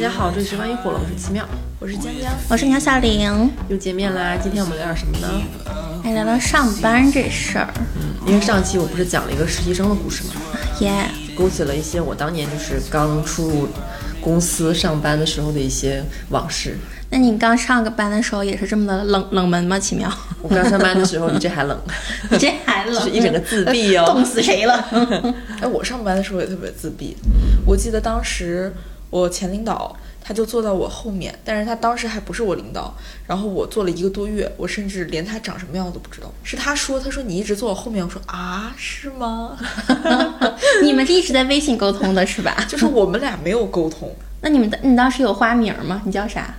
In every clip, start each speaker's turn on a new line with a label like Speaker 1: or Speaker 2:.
Speaker 1: 家好，这里是万一火了，我是奇妙，
Speaker 2: 我是江江，
Speaker 3: 我是苗小玲，
Speaker 1: 又见面啦。今天我们聊点什么呢？
Speaker 3: 哎来聊聊上班这事儿。
Speaker 1: 因为上期我不是讲了一个实习生的故事吗？
Speaker 3: 耶、
Speaker 1: 勾起了一些我当年就是刚出入公司上班的时候的一些往事。
Speaker 3: 那你刚上个班的时候也是这么的冷冷门吗？奇妙，
Speaker 1: 我刚上班的时候比这还 冷，
Speaker 3: 你这还冷，
Speaker 1: 就是一整个自闭哦
Speaker 3: 冻死谁了？
Speaker 2: 哎，我上班的时候也特别自闭。我记得当时我前领导他就坐在我后面，但是他当时还不是我领导。然后我做了一个多月，我甚至连他长什么样都不知道。是他说，他说你一直坐我后面。我说啊，是吗？
Speaker 3: 你们是一直在微信沟通的是吧？
Speaker 2: 就是我们俩没有沟通，
Speaker 3: 那你们的你当时有花名吗？你叫啥？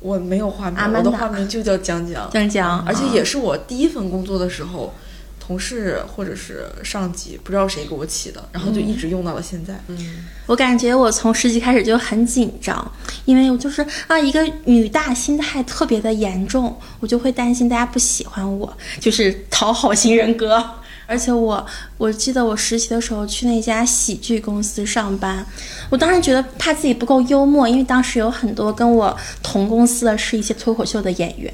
Speaker 2: 我没有化
Speaker 3: 阿
Speaker 2: 名，我
Speaker 3: 曼
Speaker 2: 的
Speaker 3: 达
Speaker 2: 化名就叫江江。
Speaker 1: 呃
Speaker 3: 江江，
Speaker 2: 而且也是我第一份工作的时候，同事或者是上级不知道谁给我起的，然后就一直用到了现在。
Speaker 1: 嗯
Speaker 3: 我感觉我从实习开始就很紧张，因为我就是啊，一个女大心态特别的严重，我就会担心大家不喜欢我，就是讨好型人格。而且我我记得我实习的时候去那家喜剧公司上班，我当时觉得怕自己不够幽默，因为当时有很多跟我同公司的是一些脱口秀的演员。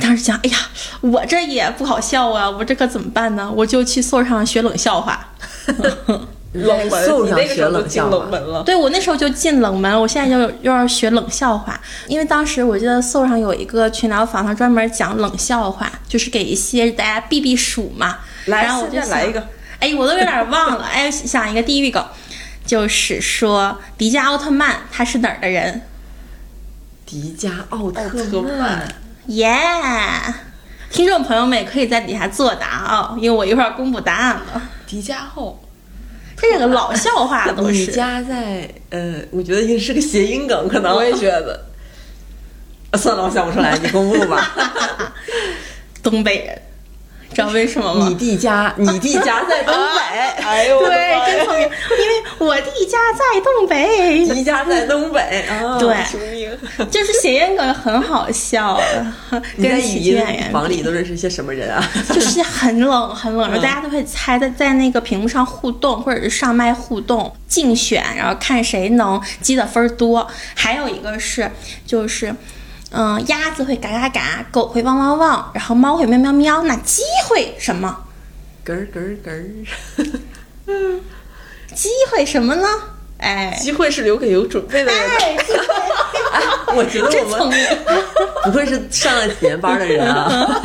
Speaker 3: 当时想，哎呀，我这也不好笑啊，我这可怎么办呢？我就去搜上学冷笑话。
Speaker 1: 在
Speaker 2: 冷门，
Speaker 1: 搜
Speaker 2: 你
Speaker 1: 上
Speaker 2: 那个时
Speaker 1: 学
Speaker 2: 候都
Speaker 1: 冷
Speaker 2: 进
Speaker 1: 笑
Speaker 2: 冷
Speaker 1: 话
Speaker 2: 门，了。
Speaker 3: 对我那时候就进冷门，我现在就又要学冷笑话，因为当时我记得 Soul 上有一个群聊房，它专门讲冷笑话，就是给一些大家避避暑嘛。
Speaker 2: 来
Speaker 3: 然后我就
Speaker 2: 现在来
Speaker 3: 想
Speaker 2: 一个，
Speaker 3: 哎，我都有点忘了，哎，想一个地狱梗，就是说迪迦奥特曼他是哪儿的人？
Speaker 1: 迪迦奥
Speaker 2: 奥
Speaker 1: 特
Speaker 2: 特
Speaker 1: 曼。
Speaker 2: 曼，
Speaker 3: 耶、听众朋友们也可以在底下作答啊、因为我一会儿公布答案了。
Speaker 2: 迪迦后，
Speaker 3: 这个老笑话都
Speaker 1: 哦你
Speaker 3: 是。
Speaker 1: 家在呃，我觉得也是个谐音梗，可能
Speaker 2: 我也觉得。
Speaker 1: 算了，我想不出来，你公布吧。
Speaker 3: 东北人，知道为什么吗？
Speaker 1: 你弟家，你弟家在东 北，
Speaker 2: 哎 呦，我的妈
Speaker 3: 对，
Speaker 2: 呀
Speaker 3: 真聪明，因为我弟家在东北，
Speaker 1: 迪家在东北啊。
Speaker 3: 对
Speaker 2: 救命！
Speaker 3: 就是谐音梗很好笑的，
Speaker 1: 你在
Speaker 3: 跟
Speaker 1: 语
Speaker 3: 喜剧
Speaker 1: 音
Speaker 3: 演员
Speaker 1: 房
Speaker 3: 比
Speaker 1: 里都认识些什么人啊？
Speaker 3: 就是很冷很冷，然后大家都会猜在在那个屏幕上互动，或者是上麦互动竞选，然后看谁能积的分儿多。还有一个是就是。嗯，鸭子会嘎嘎嘎，狗会汪汪汪，然后猫会喵喵喵，那鸡会什么？
Speaker 1: 咯儿咯儿咯 儿。
Speaker 3: 鸡会什么呢？哎，
Speaker 2: 机会是留给有准备的人的。
Speaker 3: 哎，
Speaker 1: 我觉得
Speaker 3: 真
Speaker 1: 我
Speaker 3: 聪
Speaker 1: 们
Speaker 3: 明。
Speaker 1: 不愧是上了几年班的人 啊！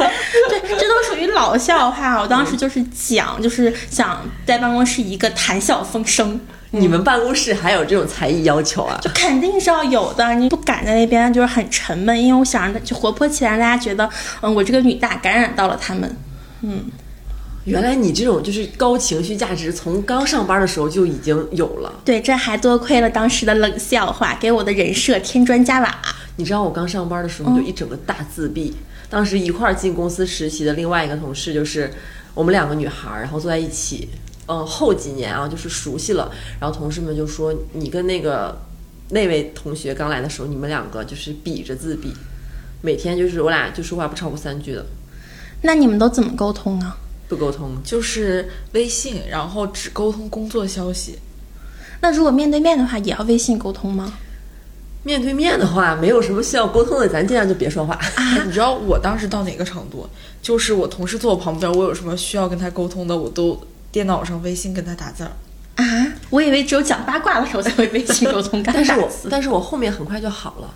Speaker 3: 对，这都属于老笑话。我当时就是讲，就是想在办公室一个谈笑风生，
Speaker 1: 你们办公室还有这种才艺要求啊？
Speaker 3: 就肯定是要有的。你不敢在那边就是很沉闷，因为我想让它就活泼起来，让大家觉得，嗯，我这个女大感染到了他们。
Speaker 1: 原来你这种就是高情绪价值，从刚上班的时候就已经有了。
Speaker 3: 对，这还多亏了当时的冷笑话，给我的人设添砖加瓦。
Speaker 1: 你知道我刚上班的时候就一整个大自闭。当时一块儿进公司实习的另外一个同事，就是我们两个女孩儿，然后坐在一起。嗯，后几年啊，就是熟悉了，然后同事们就说你跟那个那位同学刚来的时候，你们两个就是比着自闭，每天就是我俩就说话不超过三句的，
Speaker 3: 那你们都怎么沟通啊？
Speaker 1: 不沟通。
Speaker 2: 就是微信，然后只沟通工作消息。
Speaker 3: 那如果面对面的话，也要微信沟通吗？
Speaker 1: 面对面的话，没有什么需要沟通的，咱尽量就别说话。
Speaker 2: 你知道我当时到哪个程度？就是我同事坐我旁边，我有什么需要跟他沟通的，我都电脑上微信跟他打字儿。
Speaker 3: 啊，我以为只有讲八卦的时候才会微信沟 通，
Speaker 1: 但是
Speaker 3: 尴尬
Speaker 1: 我
Speaker 3: 死
Speaker 1: 但是我后面很快就好了，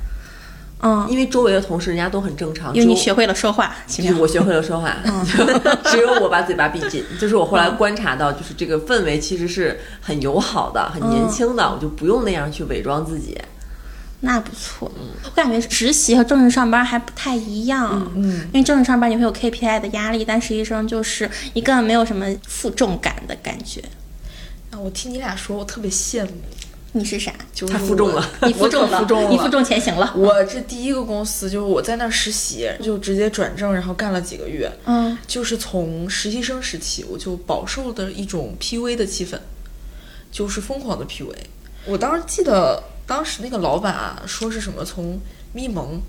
Speaker 3: 嗯，
Speaker 1: 因为周围的同事人家都很正常。
Speaker 3: 因为你
Speaker 1: 只有
Speaker 3: 学会了说话，奇
Speaker 1: 就是
Speaker 3: 妙。
Speaker 1: 我学会了说话，
Speaker 2: 嗯
Speaker 1: 只有我把嘴巴闭紧。就是我后来观察到，就是这个氛围其实是很友好的、很
Speaker 2: 嗯
Speaker 1: 年轻的，我就不用那样去伪装自己。
Speaker 3: 那不错，我感觉实习和正式上班还不太一样，
Speaker 2: 嗯，
Speaker 3: 因为正式上班你会有 KPI 的压力，但实习生就是一个没有什么负重感的感觉。
Speaker 2: 啊，我听你俩说，我特别羡慕。
Speaker 3: 你是啥？
Speaker 2: 就是
Speaker 1: 太负重
Speaker 2: 我
Speaker 1: 了，
Speaker 3: 你负重了，
Speaker 2: 负重了
Speaker 3: 你负重前行了。
Speaker 2: 我这第一个公司就是我在那儿实习，就直接转正，然后干了几个月。
Speaker 3: 嗯，
Speaker 2: 就是从实习生时期，我就饱受的一种 PUA 的气氛，就是疯狂的 PUA。我当时记得当时那个老板啊，说是什么从咪蒙。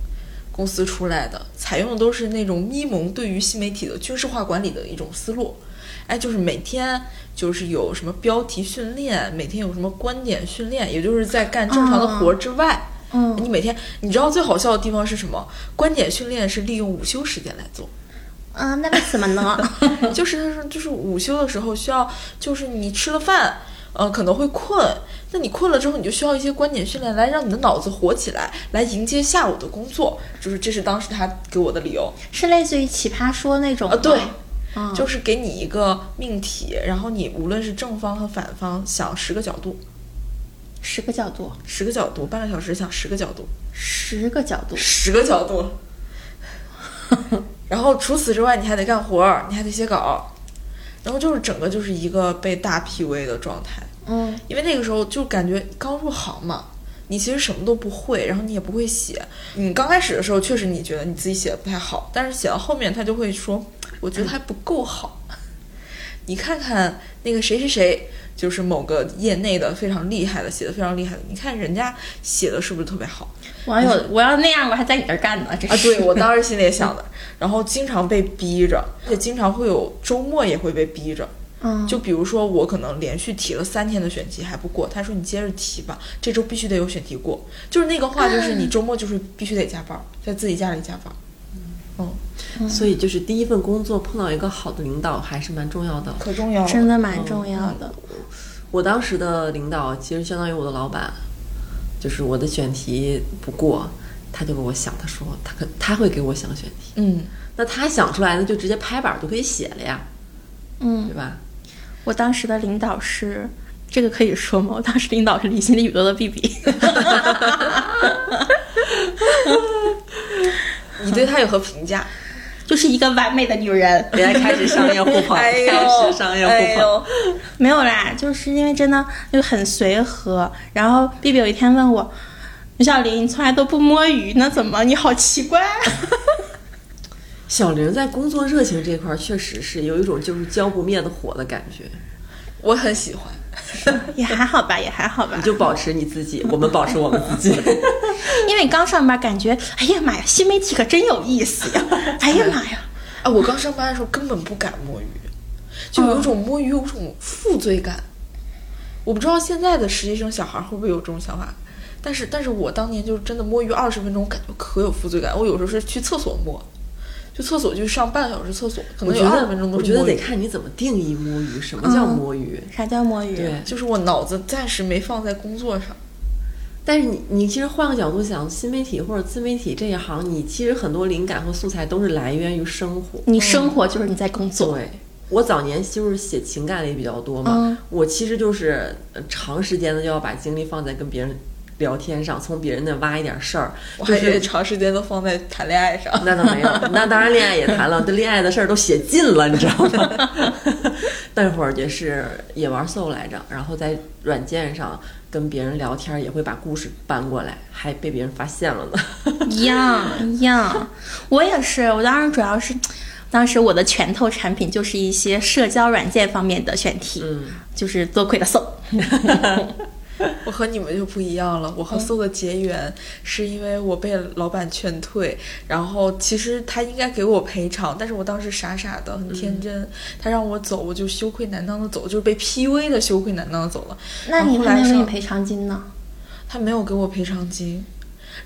Speaker 2: 公司出来的，采用的都是那种咪蒙对于新媒体的军事化管理的一种思路。哎，就是每天就是有什么标题训练，每天有什么观点训练，也就是在干正常的活儿之外，
Speaker 3: 嗯
Speaker 2: 你每天你知道最好笑的地方是什么？观点训练是利用午休时间来做。
Speaker 3: 啊，那为什么呢？
Speaker 2: 就是他说，就是午休的时候需要，就是你吃了饭，呃，可能会困，那你困了之后，你就需要一些观点训练来让你的脑子活起来，来迎接下午的工作。就是这是当时他给我的理由
Speaker 3: 是类似于奇葩说那种
Speaker 2: 啊，对
Speaker 3: 吗，嗯
Speaker 2: 就是给你一个命题，然后你无论是正方和反方，想十个角度，
Speaker 3: 十个角度，
Speaker 2: 十个角度，半个小时想十个角度，
Speaker 3: 十个角度，
Speaker 2: 十个角度。然后除此之外，你还得干活儿，你还得写稿，然后就是整个就是一个被大 PUA 的状态。
Speaker 3: 嗯，
Speaker 2: 因为那个时候就感觉刚入行嘛，你其实什么都不会，然后你也不会写。你刚开始的时候，确实你觉得你自己写的不太好，但是写到后面，他就会说，我觉得还不够好。 你看看那个谁谁谁，就是某个业内的非常厉害的，写的非常厉害的，你看人家写的是不是特别好？
Speaker 3: 网友，我要那样，我还在你这儿干呢，这
Speaker 2: 啊，
Speaker 3: 是
Speaker 2: 对我当时心里也想的， 然后经常被逼着，而且经常会有周末也会被逼着。
Speaker 3: 嗯，
Speaker 2: 就比如说我可能连续提了三天的选题还不过，他说你接着提吧，这周必须得有选题过。就是那个话，就是你周末就是必须得加班，在自己家里加班。嗯，
Speaker 1: 所以就是第一份工作碰到一个好的领导还是蛮重要的。
Speaker 2: 可重要了。
Speaker 3: 真的蛮重要的。
Speaker 1: 我当时的领导其实相当于我的老板，就是我的选题不过，他就给我想，他说他可他会给我想选题，
Speaker 2: 嗯，
Speaker 1: 那他想出来的就直接拍板就可以写了呀，
Speaker 3: 嗯
Speaker 1: 对， 吧？
Speaker 3: 我当时的领导是。这个可以说吗？我当时领导是李心理宇宙的 B B，
Speaker 2: 你对他有何评价？
Speaker 3: 就是一个完美的女人。
Speaker 1: 人哎家开始商业互捧，
Speaker 2: 哎呦
Speaker 1: 开始商业互
Speaker 2: 哎
Speaker 1: 捧。
Speaker 2: 呦，
Speaker 3: 没有啦，就是因为真的就很随和。然后 B B 有一天问我，刘小林，你从来都不摸鱼呢，怎么？你好奇怪。
Speaker 1: 小玲在工作热情这块儿确实是有一种就是浇不灭的火的感觉，
Speaker 2: 我很喜欢。
Speaker 3: 也还好吧，也还好吧
Speaker 1: 你。就保持你自己，我们保持我们 自己。
Speaker 3: 因为刚上班，感觉哎呀妈呀，新媒体可真有意思呀！哎呀妈呀，
Speaker 2: 啊，我刚上班的时候根本不敢摸鱼，就有一
Speaker 1: 嗯
Speaker 2: 种摸鱼有种负罪感。我不知道现在的实习生小孩会不会有这种想法，但是但是我当年就是真的摸鱼二十分钟，感觉可有负罪感。我有时候是去厕所摸，就厕所就上半个小时厕所，可
Speaker 1: 我
Speaker 2: 能
Speaker 1: 觉
Speaker 2: 有二十分
Speaker 1: 得，
Speaker 2: 钟
Speaker 1: 我
Speaker 2: 都
Speaker 1: 觉
Speaker 2: 是
Speaker 1: 得
Speaker 2: 摸
Speaker 1: 得
Speaker 2: 鱼。
Speaker 1: 看你怎么定义摸鱼，什么叫
Speaker 3: 嗯
Speaker 1: 摸鱼？
Speaker 3: 啥叫摸鱼？
Speaker 1: 对，
Speaker 2: 就是我脑子暂时没放在工作上，
Speaker 1: 但是你你其实换个角度想，新媒体或者自媒体这一行，你其实很多灵感和素材都是来源于生活。
Speaker 3: 你生活就是你在工作，
Speaker 1: 对，我早年就是写情感类比较多嘛，
Speaker 3: 嗯
Speaker 1: 我其实就是呃长时间的就要把精力放在跟别人聊天上，从别人那挖一点事儿。
Speaker 2: 我
Speaker 1: 就
Speaker 2: 还以为
Speaker 1: 是
Speaker 2: 长时间都放在谈恋爱上。
Speaker 1: 那倒 没有，那当然恋爱也谈了，对恋爱的事儿都写尽了，你知道吗？ 那会儿也是也玩 SOul 来着，然后在软件上跟别人聊天，也会把故事搬过来，还被别人发现了呢。
Speaker 3: 一样一样。我也是，我当时主要是，当时我的拳头产品就是一些社交软件方面的选题，就是多亏了送。
Speaker 2: 我和你们就不一样了，我和搜的结缘是因为我被老板劝退，然后其实他应该给我赔偿，但是我当时傻傻的，很天真，他让我走，我就羞愧难当的走，就是被 PUA 的羞愧难当的走了。
Speaker 3: 那你
Speaker 2: 然后后
Speaker 3: 还
Speaker 2: 来
Speaker 3: 没有给你
Speaker 2: 上，
Speaker 3: 赔偿金呢？
Speaker 2: 他没有给我赔偿金。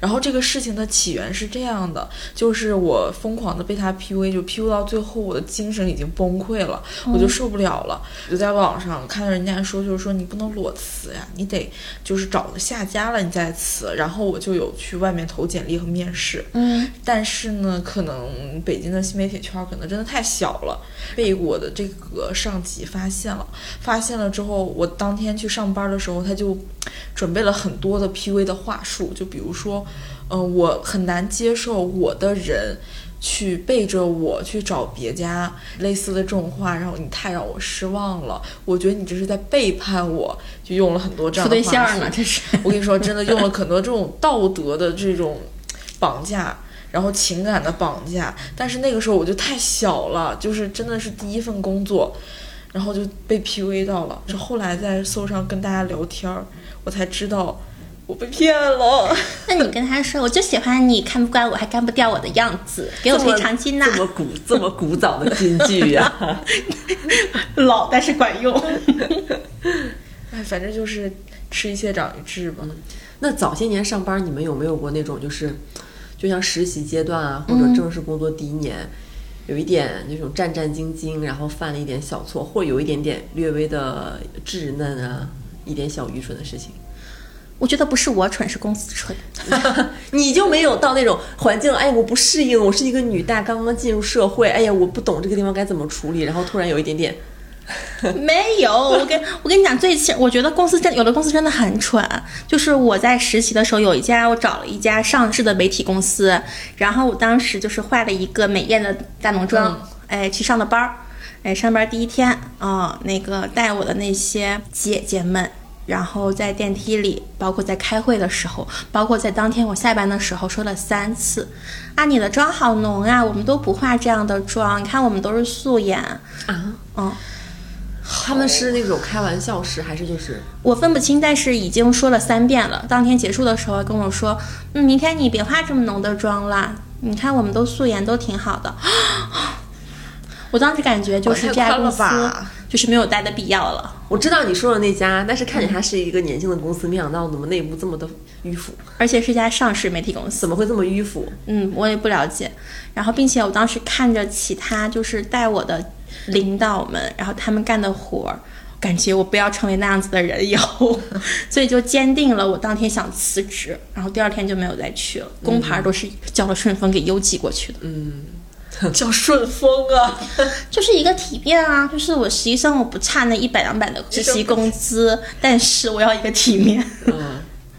Speaker 2: 然后这个事情的起源是这样的，就是我疯狂的被他 PUA，就 PUA 到最后，我的精神已经崩溃了，我就受不了了。我就在网上看到人家说，就是说你不能裸辞呀，你得就是找个下家了你再辞。然后我就有去外面投简历和面试，
Speaker 3: 嗯，
Speaker 2: 但是呢，可能北京的新媒体圈儿可能真的太小了，被我的这个上级发现了。发现了之后，我当天去上班的时候，他就准备了很多的 PUA 的话术，就比如说，嗯、我很难接受我的人。去背着我去找别家类似的这种话，然后你太让我失望了。我觉得你这是在背叛我，就用了很多这
Speaker 3: 处
Speaker 2: 样的
Speaker 3: 对
Speaker 2: 话术。
Speaker 3: 象呢，这是。
Speaker 2: 我跟你说，真的用了很多这种道德的这种绑架，然后情感的绑架。但是那个时候我就太小了，就是真的是第一份工作，然后就被 PUA 到了。是后来在搜上跟大家聊天儿，我才知道我被骗了，
Speaker 3: 那你跟他说，我就喜欢你看不惯我还干不掉我的样子，给我
Speaker 1: 这么
Speaker 3: 赔偿金呐、
Speaker 1: 这么古这么古早的金句呀、
Speaker 3: 老但是管用。
Speaker 2: 哎，反正就是吃一堑长一智吧。
Speaker 1: 那早些年上班，你们有没有过那种就是，就像实习阶段啊，或者正式工作第一年，有一点那种战战兢兢，然后犯了一点小错，或有一点点略微的稚嫩啊，一点小愚蠢的事情，
Speaker 3: 我觉得不是我蠢，是公司蠢。
Speaker 1: 你就没有到那种环境，哎，我不适应，我是一个女大，刚刚进入社会，哎呀，我不懂这个地方该怎么处理，然后突然有一点点，
Speaker 3: 没有，我跟我跟你讲，最气，我觉得公司真有的公司真的很蠢。就是我在实习的时候，有一家我找了一家上市的媒体公司，然后我当时就是化了一个美艳的大浓妆，哎，去上的班儿，哎，上班第一天啊、那个带我的那些姐姐们。然后在电梯里，包括在开会的时候，包括在当天我下班的时候，说了三次：“啊，你的妆好浓啊，我们都不化这样的妆，你看我们都是素颜。”
Speaker 1: 啊，
Speaker 3: 嗯，
Speaker 1: 他们是那种开玩笑式，还是就是
Speaker 3: 我分不清，但是已经说了三遍了。当天结束的时候跟我说：“嗯，明天你别化这么浓的妆啦，你看我们都素颜，都挺好的。”我当时感觉就是这家公司
Speaker 2: 管太宽了吧
Speaker 3: 就是没有待的必要了，
Speaker 1: 我知道你说的那家，但是看着它是一个年轻的公司，没想到怎么内部这么的迂腐，
Speaker 3: 而且是一家上市媒体公司。
Speaker 1: 怎么会这么迂腐？
Speaker 3: 嗯，我也不了解。然后，并且我当时看着其他就是带我的领导们，然后他们干的活儿，感觉我不要成为那样子的人以后，所以就坚定了我当天想辞职，然后第二天就没有再去了。工牌儿都是交了顺丰给邮寄过去的，
Speaker 2: 叫顺丰啊，
Speaker 3: 就是一个体面啊，就是我实习生我不差那一百两百的实习工资，但是我要一个体面，
Speaker 1: 嗯，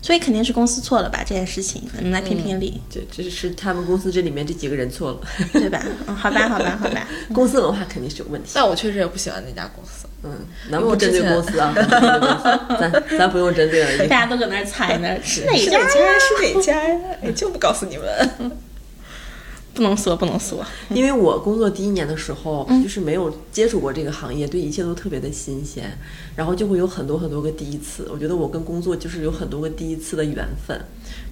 Speaker 3: 所以肯定是公司错了吧这件事情，你们来评评理，
Speaker 1: 这这是他们公司这里面这几个人错了，
Speaker 3: 对吧？嗯，好吧，好吧，好吧。
Speaker 1: 公司文化肯定是有问题。
Speaker 2: 但我确实也不喜欢那家公司。
Speaker 1: 嗯，咱不针对公司啊，咱不针对公司咱咱不用针对而已。
Speaker 3: 大家都搁那儿猜呢，是哪
Speaker 2: 是
Speaker 3: 家
Speaker 2: 哪？家呀？是哪家呀？哎，就不告诉你们。
Speaker 3: 不能说，不能说。
Speaker 1: 因为我工作第一年的时候，
Speaker 3: 嗯
Speaker 1: 就是没有接触过这个行业，对一切都特别的新鲜，然后就会有很多很多个第一次。我觉得我跟工作就是有很多个第一次的缘分，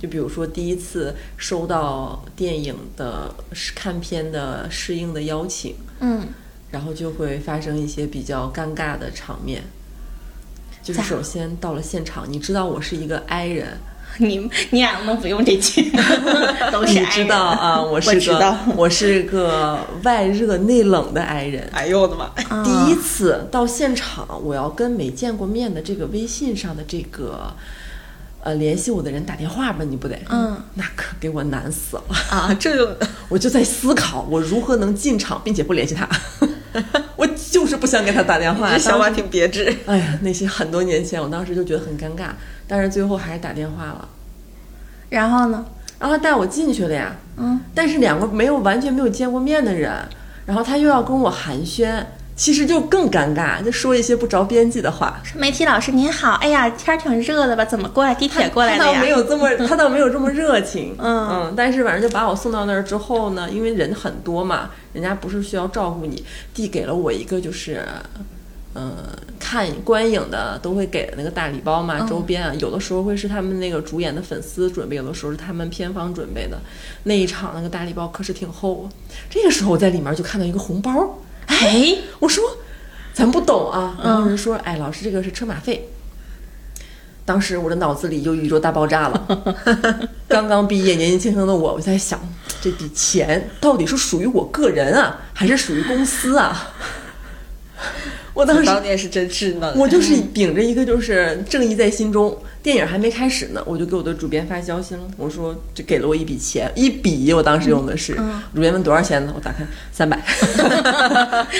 Speaker 1: 就比如说第一次收到电影的看片的试映的邀请，
Speaker 3: 嗯，
Speaker 1: 然后就会发生一些比较尴尬的场面。就是
Speaker 3: 咋
Speaker 1: 首先到了现场，你知道我是一个 I 人，
Speaker 3: 你你俩能不用这 句？都是
Speaker 1: 你
Speaker 3: 爱
Speaker 1: 知
Speaker 3: 人
Speaker 1: 道啊，我是
Speaker 3: 知
Speaker 1: 个
Speaker 3: 道
Speaker 1: 我是个外热内冷的 I 人。
Speaker 2: 哎呦我的妈！
Speaker 3: 啊
Speaker 1: 第一次到现场，我要跟没见过面的这个微信上的这个呃联系我的人打电话吧，你不得？
Speaker 3: 嗯，
Speaker 1: 那可给我难死了。
Speaker 2: 啊，这就
Speaker 1: 我就在思考我如何能进场，并且不联系他。 我就是不想给他打电话。
Speaker 2: 这想法
Speaker 1: 当时
Speaker 2: 挺别致。
Speaker 1: 哎呀，那些很多年前，我当时就觉得很尴尬，但是最后还是打电话了，
Speaker 3: 然后呢？
Speaker 1: 然后他带我进去了呀。
Speaker 3: 嗯，
Speaker 1: 但是两个没有完全没有见过面的人，然后他又要跟我寒暄，其实就更尴尬，就说一些不着边际的话。
Speaker 3: 说媒体老师您好，哎呀，天儿挺热的吧？怎么过来地铁过来
Speaker 1: 他
Speaker 3: 的
Speaker 1: 倒没
Speaker 3: 呀？
Speaker 1: 有这么， 他倒没有这么热情，
Speaker 3: 嗯
Speaker 1: 但是反正就把我送到那儿之后呢，因为人很多嘛，人家不是需要照顾你，递给了我一个就是，嗯、看观影的都会给的那个大礼包嘛，
Speaker 3: 嗯
Speaker 1: 周边啊，有的时候会是他们那个主演的粉丝准备，有的时候是他们片方准备的。那一场那个大礼包可是挺厚，啊这个时候我在里面就看到一个红包，
Speaker 3: 哎，
Speaker 1: 我说咱不懂啊，然后人说，哎，老师这个是车马费。当时我的脑子里就宇宙大爆炸了。刚刚毕业、年纪轻轻的我，我在想，这笔钱到底是属于我个人啊，还是属于公司啊？我当时
Speaker 2: 当年是真稚嫩，
Speaker 1: 我就是秉着一个就是正义在心中，电影还没开始呢，我就给我的主编发消息了，我说这给了我一笔钱，一笔，我当时用的是，主编问多少钱呢？我打开三百，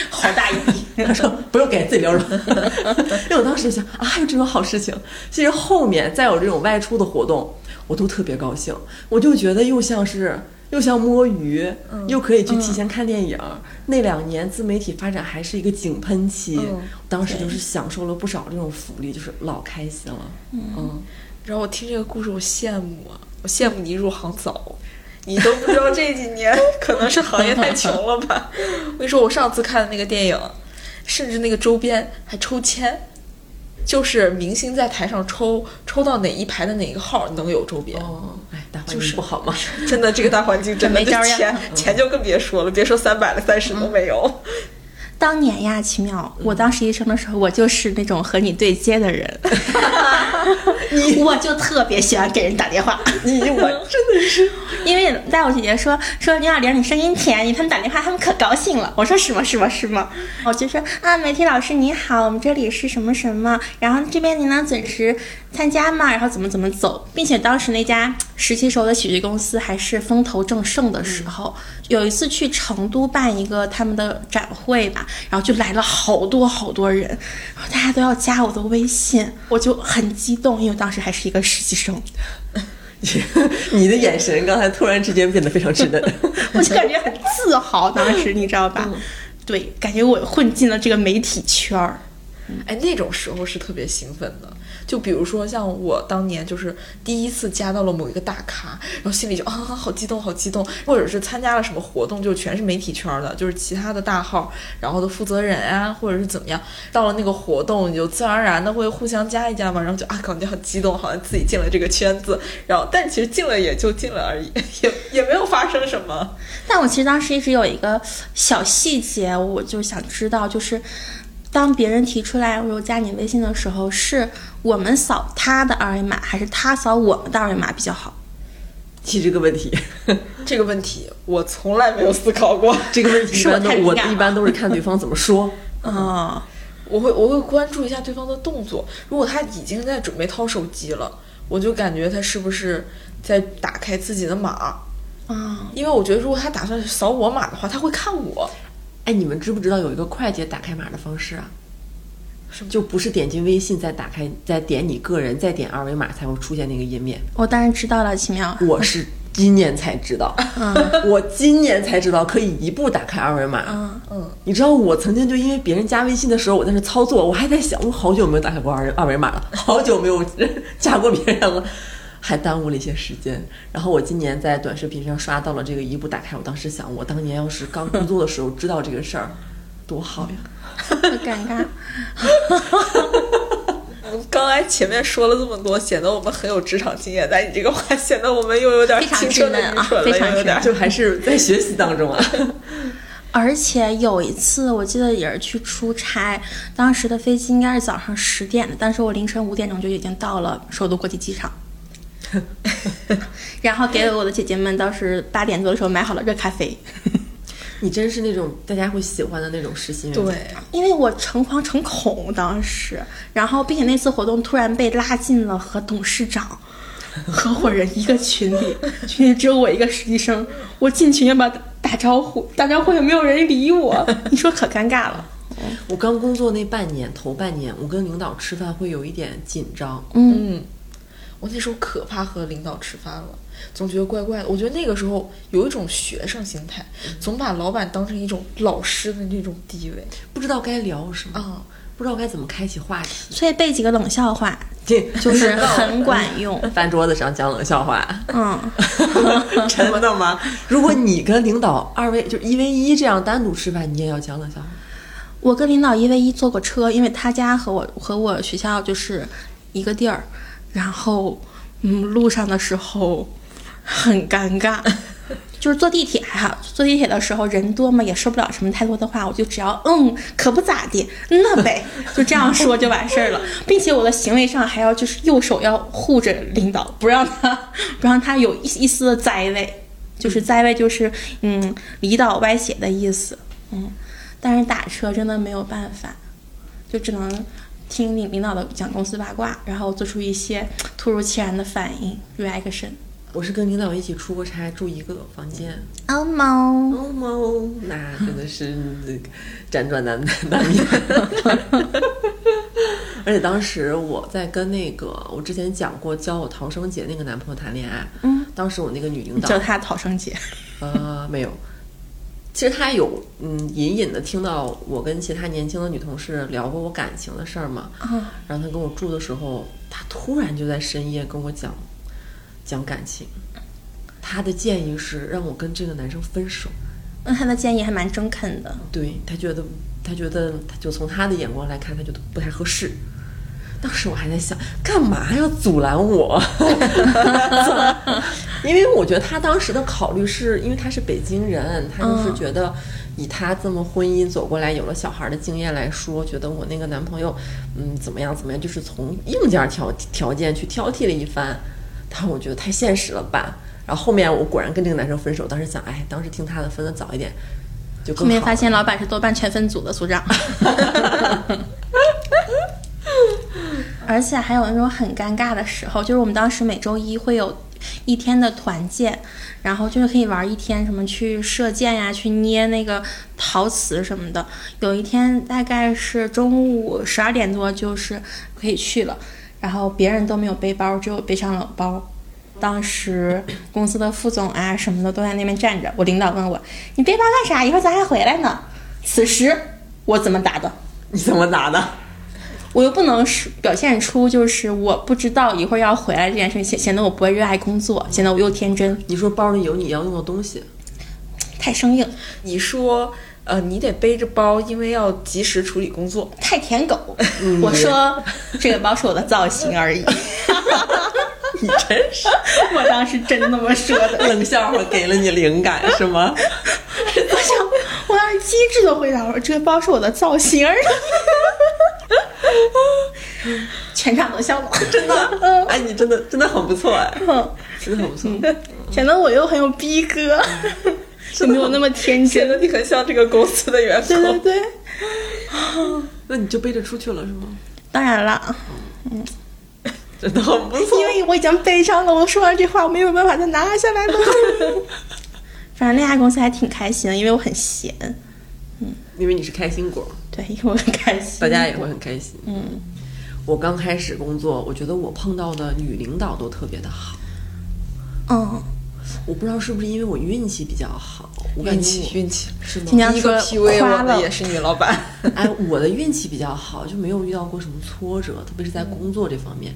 Speaker 3: 好大一笔。
Speaker 1: 他说不用给，自己留着。因为我当时就想啊，还有这种好事情。其实后面再有这种外出的活动，我都特别高兴。我就觉得又像是又像摸鱼，又可以去提前看电影。那两年自媒体发展还是一个井喷期，
Speaker 2: 嗯
Speaker 1: 当时就是享受了不少这种福利，就是老开心了。嗯，
Speaker 2: 然后我听这个故事，我羡慕啊，我羡慕你入行早，你都不知道这几 年可能是行业太穷了吧？我跟你说，我上次看的那个电影，甚至那个周边还抽签，就是明星在台上抽抽到哪一排的哪一个号能有周边。
Speaker 1: 哦，哎，大环
Speaker 2: 就
Speaker 1: 境
Speaker 2: 是
Speaker 1: 不好嘛，
Speaker 2: 真的，这个大环境真的
Speaker 3: 没
Speaker 2: 就
Speaker 3: 招儿呀
Speaker 2: 钱钱就更别说了，别说三百了，三十都没有。
Speaker 3: 当年呀，奇妙，我当实习生的时候，我就是那种和你对接的 人，我就特别喜欢给人打电话。
Speaker 2: 你我真的是，
Speaker 3: 因为大我姐姐说说刘小玲，你声音甜，你他们打电话，他们可高兴了。我说是吗？是吗？是吗？我就说啊，媒体老师你好，我们这里是什么什么，然后这边您能准时参加吗？然后怎么怎么走，并且当时那家实习时候的喜剧公司还是风头正盛的时候，有一次去成都办一个他们的展会吧，然后就来了好多好多人，然后大家都要加我的微信，我就很激动，因为当时还是一个实习生。
Speaker 1: 你的眼神刚才突然之间变得非常稚 嫩。
Speaker 3: 我就感觉很自豪，当时你知道吧？对，感觉我混进了这个媒体圈儿。
Speaker 2: 哎，那种时候是特别兴奋的。就比如说像我当年就是第一次加到了某一个大咖，然后心里就啊好激动，好激动，或者是参加了什么活动，就全是媒体圈儿的，就是其他的大号，然后的负责人啊，或者是怎么样，到了那个活动，你就自然而然的会互相加一加嘛，然后就啊感觉很激动，好像自己进了这个圈子，然后但其实进了也就进了而已， 也也没有发生什么。
Speaker 3: 但我其实当时一直有一个小细节，我就想知道，就是当别人提出来我说加你微信的时候，是我们扫他的二维码，还是他扫我们的二维码比较好？
Speaker 1: 其实这个问题，
Speaker 2: 这个问题我从来没有思考过。
Speaker 1: 这个问题一
Speaker 3: 是我
Speaker 1: 般都
Speaker 3: 太敏
Speaker 1: 我
Speaker 3: 感
Speaker 1: 一般都是看对方怎么说。
Speaker 3: 哦，
Speaker 2: 我会我会关注一下对方的动作，如果他已经在准备掏手机了，我就感觉他是不是在打开自己的码，
Speaker 3: 啊、
Speaker 2: 因为我觉得如果他打算扫我码的话，他会看我。
Speaker 1: 哎，你们知不知道有一个快捷打开码的方式啊
Speaker 2: 什？么
Speaker 1: 就不是点进微信再打开，再点你个人，再点二维码才会出现那个页面。
Speaker 3: 我当然知道了，奇妙。
Speaker 1: 我是今年才知道， 我今年才知道可以一步打开二维码。
Speaker 3: 嗯
Speaker 2: 嗯，
Speaker 1: 你知道我曾经就因为别人加微信的时候，我在那操作，我还在想，我好久没有打开过二维二维码了，好久没有 加过别人了，还耽误了一些时间。然后我今年在短视频上刷到了这个一步打开，我当时想，我当年要是刚工作的时候知道这个事儿，多好呀！
Speaker 3: 好尴尬。
Speaker 2: 我们嗯刚才前面说了这么多，显得我们很有职场经验，但你这个话显得我们又有点
Speaker 3: 非常
Speaker 2: 青春的
Speaker 3: 稚嫩啊
Speaker 2: 愚蠢了，
Speaker 3: 非常
Speaker 2: 又有点
Speaker 3: 稚
Speaker 1: 就还是在学习当中啊。
Speaker 3: 而且有一次，我记得也是去出差，当时的飞机应该是早上十点的，但是我凌晨五点钟就已经到了首都国际机场。 然后给我的姐姐们当时八点多的时候买好了热咖啡，
Speaker 1: 你真是那种大家会喜欢的那种实习员。
Speaker 2: 对。
Speaker 3: 因为我诚惶诚恐当时，然后并且那次活动突然被拉进了和董事长、 合伙人一个群里，群里只有我一个实习生，我进群要不要打招呼？打招呼也没有人理我，你说可尴尬了。
Speaker 1: 我刚工作那半年，头半年，我跟领导吃饭会有一点紧张，
Speaker 2: 嗯，我那时候可怕和领导吃饭了，总觉得怪怪的。我觉得那个时候有一种学生心态，总把老板当成一种老师的那种地位
Speaker 1: 不知道该聊什么，
Speaker 3: 哦
Speaker 2: 啊。
Speaker 1: 不知道该怎么开启话题，
Speaker 3: 所以背几个冷笑话
Speaker 1: 这
Speaker 3: 就是很管用。
Speaker 1: 翻桌子上讲冷笑 话，
Speaker 3: 嗯，
Speaker 1: 真的吗？如果你跟领导二 v 就是一 v 一这样单独吃饭，你也要讲冷笑话？
Speaker 3: 我跟领导一 v 一坐过车，因为他家和我和我学校就是一个地儿，然后嗯，路上的时候很尴尬。 就是坐地铁还好，坐地铁的时候人多嘛，也说不了什么太多的话，我就只要嗯，可不咋地，那呗，就这样说就完事儿了，并且我的行为上还要就是右手要护着领导，不让他 不让他有一一丝的栽位，就是栽位就是嗯离倒歪斜的意思，嗯，但是打车真的没有办法，就只能听领领导的讲公司八卦，然后做出一些突如其然的反应 reaction。
Speaker 1: 我是跟领导一起出过差，住一个房间，
Speaker 3: 哦猫，
Speaker 1: 哦猫，那真的是辗转难难眠。 而且当时我在跟那个我之前讲过教我逃生姐那个男朋友谈恋爱，嗯，当时我那个女领导
Speaker 3: 叫他逃生姐。
Speaker 1: 呃，没有。其实他有嗯，隐隐的听到我跟其他年轻的女同事聊过我感情的事儿嘛。
Speaker 3: 啊
Speaker 1: 然后他跟我住的时候，他突然就在深夜跟我讲讲感情。他的建议是让我跟这个男生分手。
Speaker 3: 那他的建议还蛮中肯的，
Speaker 1: 对他觉得，他觉得，他就从他的眼光来看，他觉得不太合适。当时我还在想，干嘛要阻拦我？ 因为我觉得他当时的考虑是，因为他是北京人，他
Speaker 3: 嗯
Speaker 1: 就是觉得以他这么婚姻走过来，有了小孩的经验来说，觉得我那个男朋友，嗯，怎么样怎么样，就是从硬件条条件去挑剔了一番，但我觉得太现实了吧。然后后面我果然跟这个男生分手，当时想，哎，当时听他的分的早一点，就
Speaker 3: 后
Speaker 1: 更好了。
Speaker 3: 面发现老板是豆瓣全分组的组长， 而且还有那种很尴尬的时候，就是我们当时每周一会有一天的团建，然后就是可以玩一天，什么去射箭呀、去捏那个陶瓷什么的。有一天大概是中午十二点多，就是可以去了，然后别人都没有背包，只有背上了包。当时公司的副总啊什么的都在那边站着，我领导问我：“你背包干啥？一会儿咱还回来呢。”此时我怎么答的？
Speaker 1: 你怎么拿的？
Speaker 3: 我又不能是表现出就是我不知道一会儿要回来这件事情，显显得我不会热爱工作，显得我又天真，
Speaker 1: 你说包里有你要用的东西，
Speaker 3: 太生硬，
Speaker 2: 你说，呃，你得背着包，因为要及时处理工作。
Speaker 3: 太舔狗。
Speaker 1: 嗯
Speaker 3: 我说这个包是我的造型而已。
Speaker 1: 你真是
Speaker 3: 我当时真那么说的，
Speaker 1: 冷笑话给了你灵感是吗？
Speaker 3: 我想我当时机智的回答我说这个包是我的造型而已。全场都笑嗯了，真的。
Speaker 1: 哎，你真的真的很不错哎，
Speaker 3: 嗯
Speaker 1: 真的很不错。
Speaker 3: 显得我又很有逼格，就没有那么天
Speaker 2: 显
Speaker 3: 真。
Speaker 2: 得你很像这个公司 的员
Speaker 3: 对对
Speaker 2: 工。
Speaker 3: 对，
Speaker 1: 那你就背着出去了是吗？
Speaker 3: 当然了，
Speaker 1: 真的很不错
Speaker 3: 因。为我已经悲伤了，我说完这话，我没有办法再拿下来了。反正那家公司还挺开心的，因为我很闲，
Speaker 1: 因为你是开心果，
Speaker 3: 对，因为我很开心。
Speaker 1: 大家也会很开心。嗯，我刚开始工作，我觉得我碰到的女领导都特别的好。
Speaker 3: 嗯，
Speaker 1: 我不知道是不是因为我运气比较好，我感
Speaker 2: 运
Speaker 1: 觉
Speaker 2: 气，
Speaker 1: 我
Speaker 2: 运气哎是吗
Speaker 3: 经常
Speaker 2: 第一个
Speaker 3: 说
Speaker 2: PUA
Speaker 3: 夸
Speaker 2: 我的
Speaker 3: 了
Speaker 2: 也是女老 板。
Speaker 1: 哎，我的运气比较好，就没有遇到过什么挫折，特别是在工作这方面，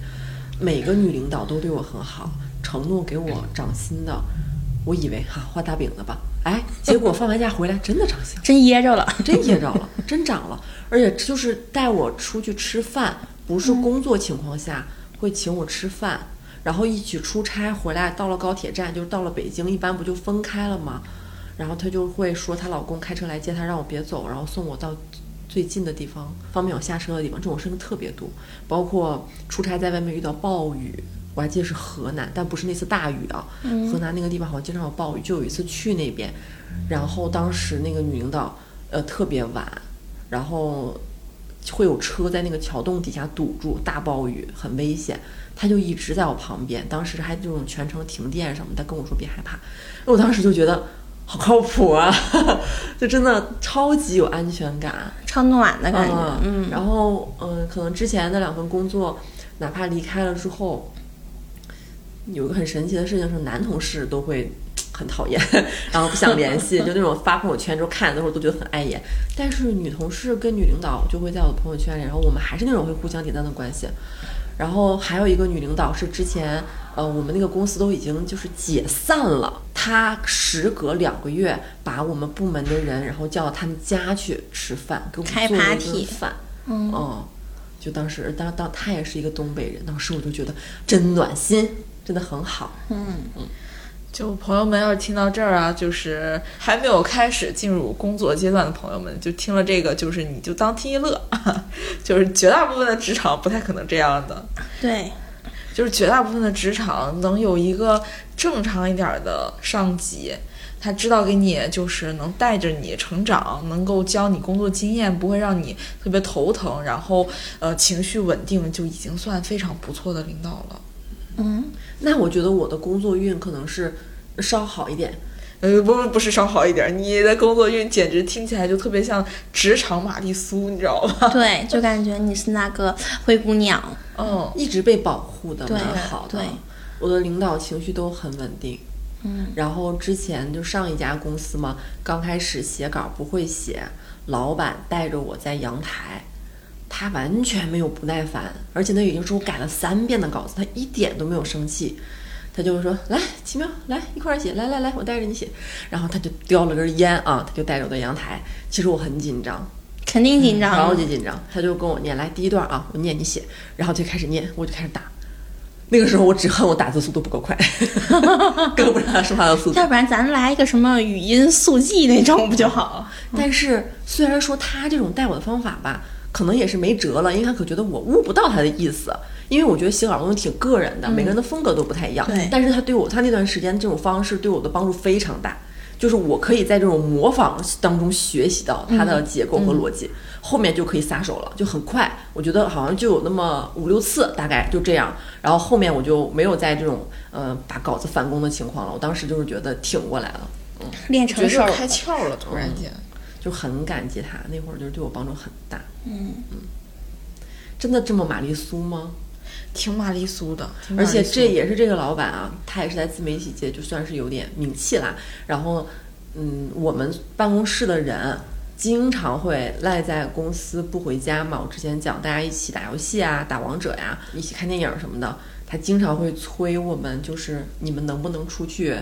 Speaker 1: 每个女领导都对我很好，承诺给我涨薪的，我以为哈画大饼的吧，哎，结果放完假回来真的涨薪了。
Speaker 3: 真噎着了。
Speaker 1: 真噎着了，真长了，而且就是带我出去吃饭，不是工作情况下、会请我吃饭，然后一起出差回来，到了高铁站就是到了北京，一般不就分开了吗？然后她就会说她老公开车来接她，让我别走，然后送我到最近的地方，方便我下车的地方。这种事情特别多，包括出差在外面遇到暴雨，我还记得是河南，但不是那次大雨啊，河南那个地方好像经常有暴雨，就有一次去那边，然后当时那个女领导呃特别晚，然后会有车在那个桥洞底下堵住，大暴雨很危险。他就一直在我旁边，当时还这种全程停电什么的，跟我说别害怕。我当时就觉得好靠谱啊， 就真的超级有安全感。
Speaker 3: 超暖的感觉，
Speaker 1: 啊
Speaker 3: 嗯，
Speaker 1: 然后嗯、呃可能之前的两份工作，哪怕离开了之后，有一个很神奇的事情是，男同事都会很讨厌，然后不想联系，就那种发朋友圈之后看的时候都觉得很碍眼。但是女同事跟女领导就会在我的朋友圈里，然后我们还是那种会互相点赞的关系。然后还有一个女领导是之前，呃，我们那个公司都已经就是解散了，她时隔两个月把我们部门的人，然后叫到他们家去吃饭，给我们
Speaker 3: 开
Speaker 1: 做了一
Speaker 3: party
Speaker 1: 顿饭。
Speaker 3: 嗯
Speaker 1: 就当时当当她也是一个东北人，当时我就觉得真暖心，真的很好。
Speaker 2: 就朋友们要是听到这儿啊，就是还没有开始进入工作阶段的朋友们，就听了这个，就是你就当听一乐， 就是绝大部分的职场不太可能这样的，
Speaker 3: 对，
Speaker 2: 就是绝大部分的职场能有一个正常一点儿的上级，他知道给你就是能带着你成长，能够教你工作经验，不会让你特别头疼，然后呃情绪稳定，就已经算非常不错的领导了。
Speaker 3: 嗯，
Speaker 1: 那我觉得我的工作运可能是稍好一点，
Speaker 2: 呃，不不不是稍好一点儿，你的工作运简直听起来就特别像职场玛丽苏，你知道吗？
Speaker 3: 对，就感觉你是那个灰姑娘，
Speaker 2: 嗯，
Speaker 1: 一直被保护的
Speaker 3: 对
Speaker 1: 蛮好的
Speaker 3: 对。
Speaker 1: 我的领导情绪都很稳定。
Speaker 3: 嗯，
Speaker 1: 然后之前就上一家公司嘛，刚开始写稿不会写，老板带着我在阳台，他完全没有不耐烦，而且那已经是我改了三遍的稿子，他一点都没有生气。他就说：“来，奇妙，来一块儿写，来来来，我带着你写。”然后他就叼了根烟啊，他就带着我到阳台。其实我很紧张，
Speaker 3: 肯定紧张。
Speaker 1: 超级紧张。他就跟我念，来第一段啊，我念你写，然后就开始念，我就开始打。那个时候我只恨我打字速度不够 快，跟不上他说话的速度。
Speaker 3: 要不然咱来一个什么语音速记那种不就好？
Speaker 1: 但是虽然说他这种带我的方法吧，可能也是没辙了，因为他可觉得我悟不到他的意思。因为我觉得写稿东西挺个人的，每个人的风格都不太一样。
Speaker 3: 对
Speaker 1: 但是他对我，他那段时间这种方式对我的帮助非常大，就是我可以在这种模仿当中学习到它的结构和逻辑，后面就可以撒手了，就很快。我觉得好像就有那么五六次，大概就这样。然后后面我就没有在这种呃把稿子返工的情况了。我当时就是觉得挺过来了，
Speaker 3: 练
Speaker 2: 觉
Speaker 3: 成手
Speaker 2: 得
Speaker 3: 儿
Speaker 2: 开窍了，突然间。
Speaker 1: 就很感激他。那会儿就是对我帮助很大。嗯真的这么玛丽苏吗？
Speaker 2: 挺玛丽苏的，挺玛
Speaker 1: 而
Speaker 2: 丽
Speaker 1: 且
Speaker 2: 苏
Speaker 1: 这也是这个老板啊，他也是在自媒体界就算是有点名气啦。然后，嗯，我们办公室的人经常会赖在公司不回家嘛。我之前讲，大家一起打游戏啊，打王者呀、一起看电影什么的。他经常会催我们，就是你们能不能出去，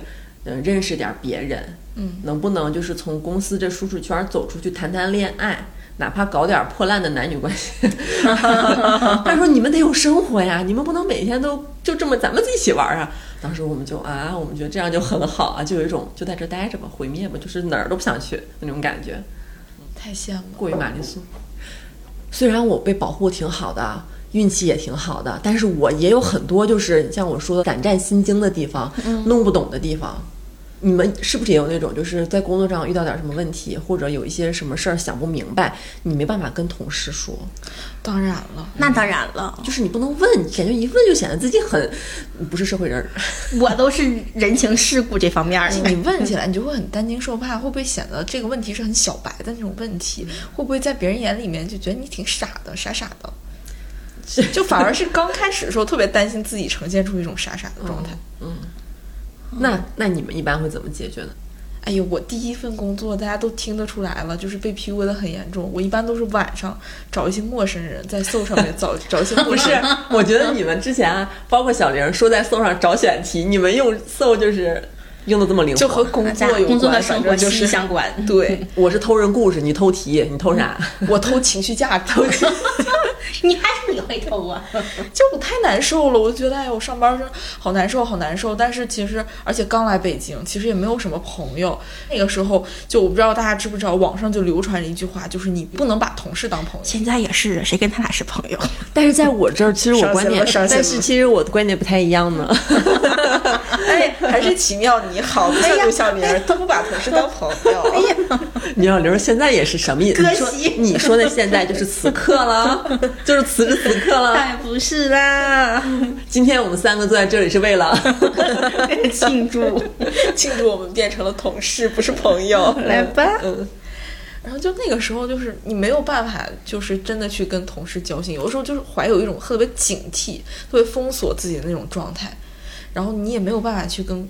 Speaker 1: 嗯、认识点别人，
Speaker 2: 嗯，
Speaker 1: 能不能就是从公司这舒适圈走出去谈谈恋爱，哪怕搞点破烂的男女关系。 他说你们得有生活呀，你们不能每天都就这么咱们自己一起玩啊。当时我们就啊，我们觉得这样就很好啊，就有一种就在这待着吧，毁灭吧，就是哪儿都不想去那种感觉，
Speaker 2: 太羡慕了。
Speaker 1: 过于玛丽苏。虽然我被保护挺好的，运气也挺好的，但是我也有很多就是像我说的胆战心惊的地方，弄不懂的地方。你们是不是也有那种，就是在工作上遇到点什么问题，或者有一些什么事儿想不明白，你没办法跟同事说，
Speaker 2: 当然了，
Speaker 3: 那当然了，
Speaker 1: 就是你不能问，感觉一问就显得自己很不是社会人儿。
Speaker 3: 我都是人情世故这方面儿
Speaker 2: 而且
Speaker 3: 的。
Speaker 2: 你问起来，你就会很担惊受怕，会不会显得这个问题是很小白的那种问题？
Speaker 3: 嗯
Speaker 2: 会不会在别人眼里面就觉得你挺傻的，傻傻 的？就反而是刚开始的时候特别担心自己呈现出一种傻傻的状态。
Speaker 3: 嗯
Speaker 1: 那那你们一般会怎么解决呢？
Speaker 2: 哎呦，我第一份工作大家都听得出来了，就是被 PUA 的很严重。我一般都是晚上找一些陌生人在搜上面找找一些陌
Speaker 1: 不
Speaker 2: 生
Speaker 1: 是
Speaker 2: 人。，
Speaker 1: 我觉得你们之前啊，包括小玲说在搜上找选题，你们用搜就是用的这么灵活，
Speaker 2: 就和工
Speaker 3: 咱
Speaker 2: 作有关，
Speaker 3: 工作的生
Speaker 2: 反
Speaker 3: 活
Speaker 2: 正就
Speaker 3: 息息
Speaker 2: 是
Speaker 3: 相关。
Speaker 2: 对
Speaker 1: 我是偷人故事，你偷题，你偷啥？
Speaker 2: 我偷情绪价值，
Speaker 3: 你还是你会偷啊？
Speaker 2: 就我太难受了，我就觉得哎呦，我上班真好难受，好难受。但是其实，而且刚来北京，其实也没有什么朋友。那个时候，就我不知道大家知不知道，网上就流传着一句话，就是你不能把同事当朋友。
Speaker 3: 现在也是，谁跟他俩是朋友？
Speaker 1: 但是在我这儿，其实我
Speaker 2: 上
Speaker 1: 观
Speaker 2: 线
Speaker 1: 点
Speaker 2: 了上，线
Speaker 1: 但是
Speaker 2: 了
Speaker 1: 其实我的观点不太一样呢。
Speaker 2: 哎，还是奇妙你好，不像陆小玲儿，都不把同事当朋友。哎呀，
Speaker 1: 你要玲现在也是什么意思？
Speaker 3: 割
Speaker 1: 你说
Speaker 3: 席
Speaker 1: 你说的现在就是此刻了， 就是此时此刻 了。
Speaker 3: 哎，不是啦，
Speaker 1: 今天我们三个坐在这里是为了
Speaker 3: 庆祝，
Speaker 2: 庆祝我们变成了同事，不是朋友。
Speaker 3: 来吧。
Speaker 2: 嗯。然后就那个时候，就是你没有办法，就是真的去跟同事交心，有的时候就是怀有一种特别警惕、特别封锁自己的那种状态，然后你也没有办法去跟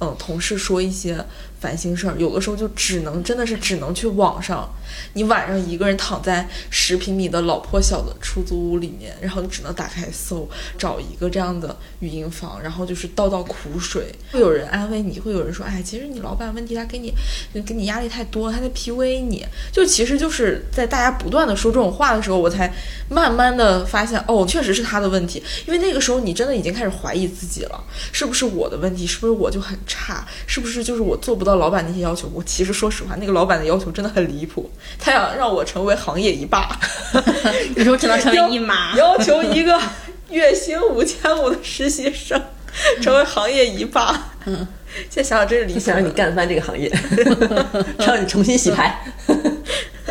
Speaker 2: 嗯同事说一些烦心事儿，有的时候就只能真的是只能去网上，你晚上一个人躺在十平米的老破小的出租屋里面，然后你只能打开搜找一个这样的语音房，然后就是倒倒苦水，会有人安慰你，会有人说，哎，其实你老板问题他给你给你压力太多，他在 PUA 你，就其实就是在大家不断的说这种话的时候，我才慢慢的发现，哦，确实是他的问题，因为那个时候你真的已经开始怀疑自己了，是不是我的问题？是不是我就很差？是不是就是我做不到老板那些要求？我其实说实话，那个老板的要求真的很离谱，他想让我成为行业一霸，
Speaker 3: 你说只能成为一妈，
Speaker 2: 要求一个月薪五千五的实习生成为行业一霸。嗯， 现在想想真是离谱，
Speaker 1: 想让你干翻这个行业， 让你重新洗牌。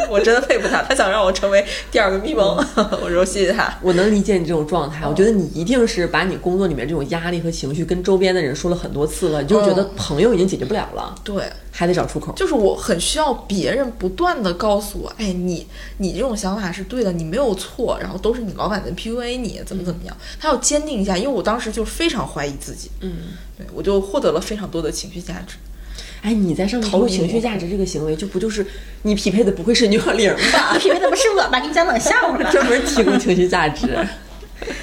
Speaker 2: 我真的佩服他，他想让我成为第二个咪蒙， 我说谢谢他。
Speaker 1: 我能理解你这种状态，我觉得你一定是把你工作里面这种压力和情绪跟周边的人说了很多次了，你就觉得朋友已经解决不了了，
Speaker 2: 对，
Speaker 1: 还得找出口。
Speaker 2: 就是我很需要别人不断的告诉我，哎，你你这种想法是对的，你没有错，然后都是你老板在 PUA 你，怎么怎么样，他要坚定一下，因为我当时就非常怀疑自己，
Speaker 1: 嗯，
Speaker 2: 对我就获得了非常多的情绪价值。
Speaker 1: 哎，你在上面
Speaker 2: 逃
Speaker 1: 投
Speaker 2: 离
Speaker 1: 情绪
Speaker 2: 我
Speaker 1: 价值这个行为，就不就是你匹配的 不会是女和零吧？
Speaker 3: 匹配的不是我吧？给你讲冷笑话吧。
Speaker 1: 专门提供情绪价值。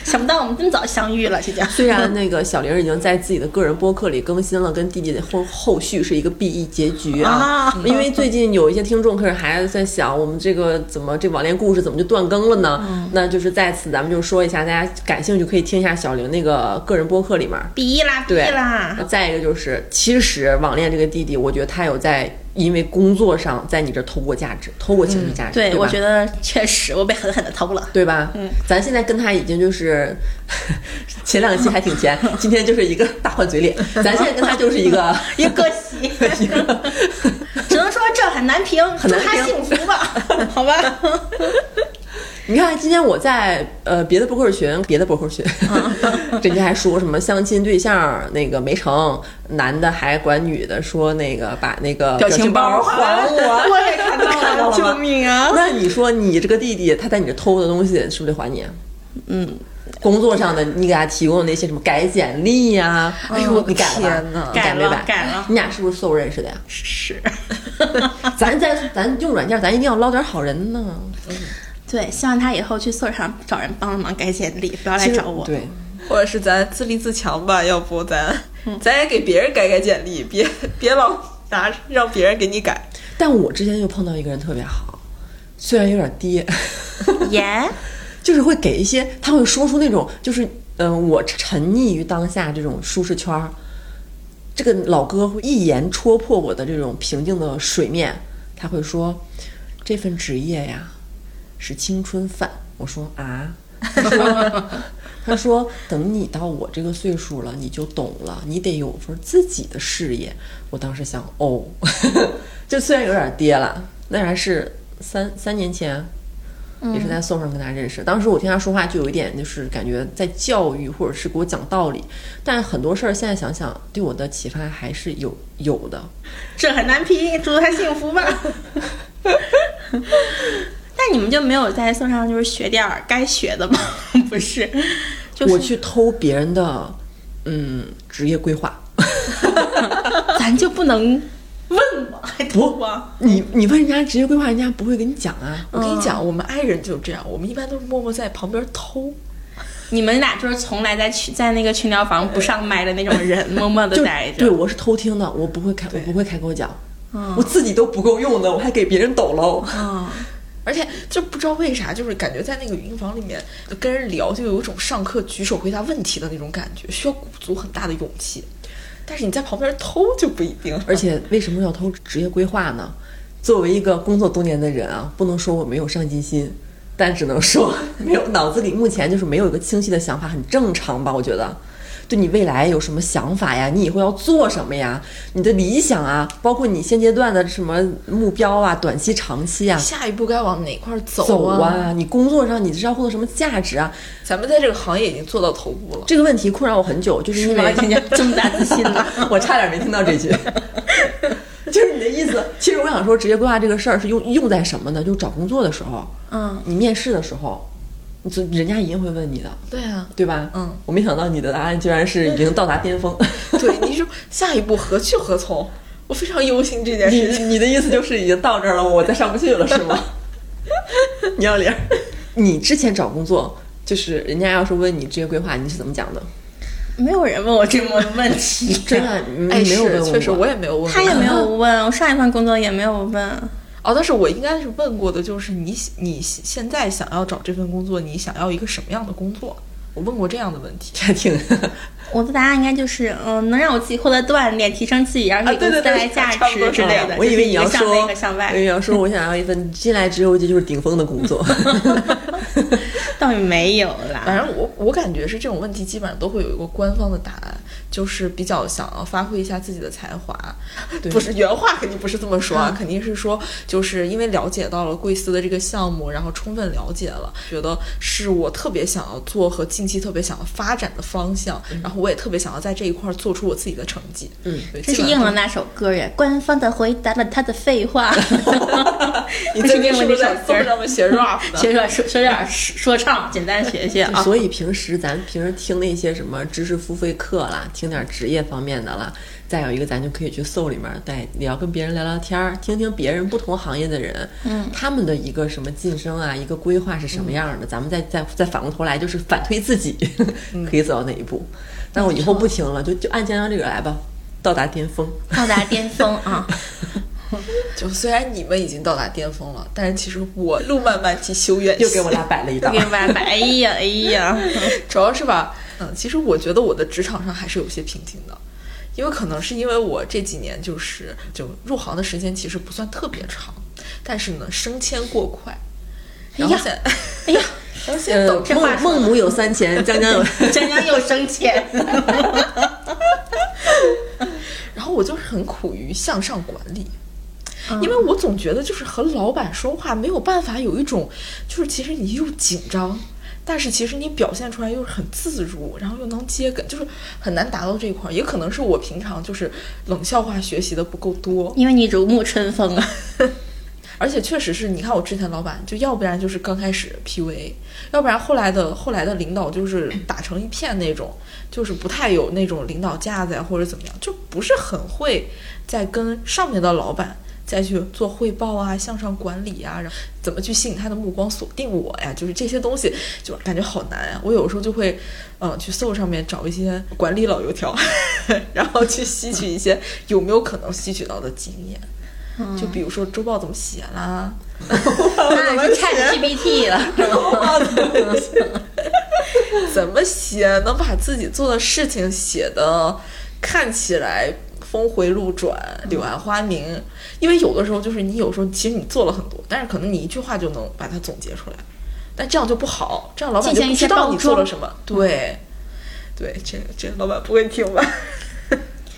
Speaker 3: 想不到我们这么早相遇了，这叫
Speaker 1: 虽然那个小玲儿已经在自己的个人播客里更新了跟弟弟的后后续是一个 B E 结局啊
Speaker 3: 啊，
Speaker 1: 因为最近有一些听众开始还在想我们这个怎么这网恋故事怎么就断更了呢？
Speaker 3: 嗯
Speaker 1: 那就是在此咱们就说一下，大家感兴趣可以听一下小玲那个个人播客里面。
Speaker 3: 毕业啦，毕
Speaker 1: 对
Speaker 3: 业啦，
Speaker 1: 再一个就是，其实网恋这个弟弟，我觉得他有在因为工作上在你这儿偷过价值，偷过情绪价值，
Speaker 3: 嗯对，
Speaker 1: 吧
Speaker 3: 我觉得确实我被狠狠的 偷了。
Speaker 1: 对吧？嗯，咱现在跟他已经就是 前两期还挺 甜，今天就是一个大换嘴脸。咱现在跟他就是 一个
Speaker 3: 一个割席，
Speaker 1: 一个，
Speaker 3: 只能说这很难评，
Speaker 1: 很
Speaker 3: 祝
Speaker 1: 难
Speaker 3: 他
Speaker 1: 评
Speaker 3: 幸 福吧，好吧？
Speaker 1: 你看今天我在呃别的博客群，别的博客群，
Speaker 3: 嗯
Speaker 1: 人家还说什么相亲对象那个没成，男的还管女的说那个把那个
Speaker 3: 表情包
Speaker 1: 还我，
Speaker 2: 我也看到了，
Speaker 1: 看 到了吗
Speaker 2: 救命啊！
Speaker 1: 那你说你这个弟弟，他在你这偷的东西，是不是得还你？嗯，工作上的你给他提供的那些什么改简历呀、哎
Speaker 2: 呦我的
Speaker 1: 你改了吧
Speaker 2: 天哪
Speaker 1: 你改没
Speaker 3: 改
Speaker 1: 改
Speaker 3: 了改了
Speaker 1: 你俩是不是素认识的呀？
Speaker 3: 是，
Speaker 1: 咱咱咱用软件，咱一定要捞点好人呢。
Speaker 3: 对，希望他以后去搜上找人帮忙改简历，不要来
Speaker 1: 其实
Speaker 3: 找我。
Speaker 1: 对，
Speaker 2: 或者是咱自立自强吧，要不咱、咱也给别人改改简历，别别老拿让别人给你改。
Speaker 1: 但我之前就碰到一个人特别好，虽然有点爹，
Speaker 3: 耶，
Speaker 1: 就是会给一些，他会说出那种就是，嗯、我沉溺于当下这种舒适圈儿。这个老哥会一言戳破我的这种平静的水面，他会说：“这份职业呀，是青春饭。”我说：“啊。” 他说：“他说等你到我这个岁数了，你就懂了，你得有份自己的事业。”我当时想，哦， 就虽然有点跌了，那还是三三年前，也
Speaker 3: 嗯
Speaker 1: 是在送上跟他认识。当时我听他说话，就有一点就是感觉在教育，或者是给我讲道理。但很多事儿现在想想，对我的启发还是有有的。
Speaker 3: 这很难评，祝他幸福吧。 那你们就没有在搜上就是学点儿该学的吗？ 不是，就
Speaker 1: 我
Speaker 3: 是
Speaker 1: 去偷别人的，嗯，职业规划。
Speaker 3: 咱就不能问吗？还
Speaker 1: 不
Speaker 3: 不吗？
Speaker 1: 你你问人家职业规划，人家不会跟你讲啊。
Speaker 2: 我跟你
Speaker 3: 嗯
Speaker 2: 讲，我们爱人就这样，我们一般都是默默在旁边偷。
Speaker 3: 你们俩就是从来在群在那个群聊房不上麦的那 种人，默默的
Speaker 1: 就
Speaker 3: 待
Speaker 1: 对
Speaker 3: 着。嗯
Speaker 1: 我是偷听的，我不会开，我不会开口讲。我自己都不够用的，我还给别人抖喽。
Speaker 3: 啊，
Speaker 2: 而且就不知道为啥，就是感觉在那个语音房里面跟人聊，就有一种上课举手回答问题的那种感觉，需要鼓足很大的勇气。但是你在旁边偷就不一定了。
Speaker 1: 而且为什么要偷职业规划呢？作为一个工作多年的人啊，不能说我没有上进心，但只能说没有脑子里目前就是没有一个清晰的想法，很正常吧？我觉得，对你未来有什么想法呀？你以后要做什么呀？你的理想啊，包括你现阶段的什么目标啊，短期、长期啊，
Speaker 2: 下一步该往哪块儿走啊？
Speaker 1: 走啊，你工作上你是要获得什么价值啊？
Speaker 2: 咱们在这个行业已经做到头部了。
Speaker 1: 这个问题困扰我很久，就是因为
Speaker 3: 听见这么大自信了。
Speaker 1: 我差点没听到这句。 就是你的意思，其实我想说，职业规划这个事儿是用用在什么呢？就是找工作的时候，
Speaker 3: 嗯，
Speaker 1: 你面试的时候，你就人家一定会问你的，
Speaker 2: 对啊，
Speaker 1: 对吧？
Speaker 2: 嗯，
Speaker 1: 我没想到你的答案居然是已经到达巅 峰。
Speaker 2: 对，你 说下一步何去何从？我非常忧心这件
Speaker 1: 你
Speaker 2: 事情。
Speaker 1: 你的意思就是已经到这儿了，我再上不去了，是 吗？你要脸儿。你之前找工作，就是人家要是问你职业规划，你是怎么讲的？
Speaker 3: 没有人问我这么问 题，
Speaker 1: 真的，你
Speaker 2: 哎，
Speaker 1: 没有
Speaker 2: 是
Speaker 1: 问
Speaker 2: 确实
Speaker 1: 过
Speaker 2: 我也没有问过，
Speaker 3: 他也没有问，我上一份工作也没有问。
Speaker 2: 哦，但是我应该是问过的，就是你你现在想要找这份工作，你想要一个什么样的工作？我问过这样的问题。
Speaker 1: 还挺
Speaker 3: 我的答案应该就是，嗯、能让我自己获得锻炼，提升自己，然后给
Speaker 2: 对
Speaker 3: 公司
Speaker 2: 啊
Speaker 3: 带
Speaker 2: 对对
Speaker 3: 来价
Speaker 2: 差不多
Speaker 3: 值之
Speaker 2: 是这
Speaker 3: 类
Speaker 2: 样
Speaker 3: 的。
Speaker 1: 我以为你要
Speaker 3: 就是一个
Speaker 1: 说，
Speaker 3: 向内，一个向
Speaker 1: 我
Speaker 2: 哎
Speaker 1: 以为
Speaker 3: 外，
Speaker 1: 你要说我想要一份进来之后这就是顶峰的工作。
Speaker 3: 倒也没有啦。
Speaker 2: 反正我我感觉是这种问题基本上都会有一个官方的答案，就是比较想要发挥一下自己的才华。不是原话肯定不是这么说啊，肯定是说就是因为了解到了贵司的这个项目，然后充分了解了，觉得是我特别想要做和近期特别想要发展的方向，然后我也特别想要在这一块儿做出我自己的成绩。
Speaker 1: 嗯
Speaker 2: 对，
Speaker 3: 这
Speaker 2: 基
Speaker 3: 是
Speaker 2: 本
Speaker 3: 应
Speaker 2: 上
Speaker 3: 了那首歌耶，官方的回答了他的废 话。
Speaker 2: 你
Speaker 3: 这是
Speaker 2: 最
Speaker 3: 应
Speaker 2: 近
Speaker 3: 了这
Speaker 2: 是
Speaker 3: 首
Speaker 2: 不是在
Speaker 3: 歌
Speaker 2: 搜上面学 rap 的？
Speaker 3: 学说说说点儿说唱，简单学学 啊。
Speaker 1: 所以平平时咱平时听那些什么知识付费课啦，听点职业方面的啦，再有一个咱就可以去搜里面，对，也要跟别人聊聊天儿，听听别人不同行业的人，嗯，他们的一个什么晋升啊，一个规划是什么样的，咱们再再再反过头来就是反推自己 可以走到哪一步。但我以后不听了，就就按江江这个来吧，到达巅峰。
Speaker 3: 到达巅峰啊！
Speaker 2: 就虽然你们已经到达巅峰了，但是其实我路漫漫其修远兮。
Speaker 1: 又给我俩摆了一 道
Speaker 3: 给。拜拜！哎呀哎呀，
Speaker 2: 主要是吧，嗯，其实我觉得我的职场上还是有些瓶颈的，因为可能是因为我这几年就是就入行的时间其实不算特别长，但是呢升迁过快，然后
Speaker 3: 哎呀
Speaker 2: 现在，
Speaker 3: 哎呀，
Speaker 2: 然后现在
Speaker 1: 呃
Speaker 2: 导致
Speaker 3: 话
Speaker 1: 孟
Speaker 3: 说
Speaker 1: 孟母有三迁，江 江有
Speaker 3: 江江又升迁。
Speaker 2: 然后我就是很苦于向上管理，因为我总觉得就是和老板说话没有办法有一种，就是其实你又紧张，但是其实你表现出来又是很自如，然后又能接梗，就是很难达到这一块儿。也可能是我平常就是冷笑话学习的不够多，
Speaker 3: 因为你如沐春风啊，
Speaker 2: 而且确实是你看我之前老板，就要不然就是刚开始 PUA，要不然后来的后来的领导就是打成一片那种，就是不太有那种领导架子呀或者怎么样，就不是很会在跟上面的老板再去做汇报啊、向上管理啊，然后怎么去吸引他的目光锁定我呀，就是这些东西就感觉好难啊。我有时候就会，嗯、去搜上面找一些管理老油条， 然后去吸取一些有没有可能吸取到的经验。就比如说周报怎么写 啦，
Speaker 3: 那啊是 ChatGPT 了。
Speaker 2: 怎么写能把自己做的事情写的看起来峰回路转、柳暗花明？因为有的时候就是你有时候其实你做了很多，但是可能你一句话就能把它总结出来，但这样就不好，这样老板就
Speaker 3: 进行一
Speaker 2: 不
Speaker 3: 些
Speaker 2: 知道
Speaker 3: 包
Speaker 2: 你做了
Speaker 3: 装
Speaker 2: 什么。对，对，这这老板不会听 吧？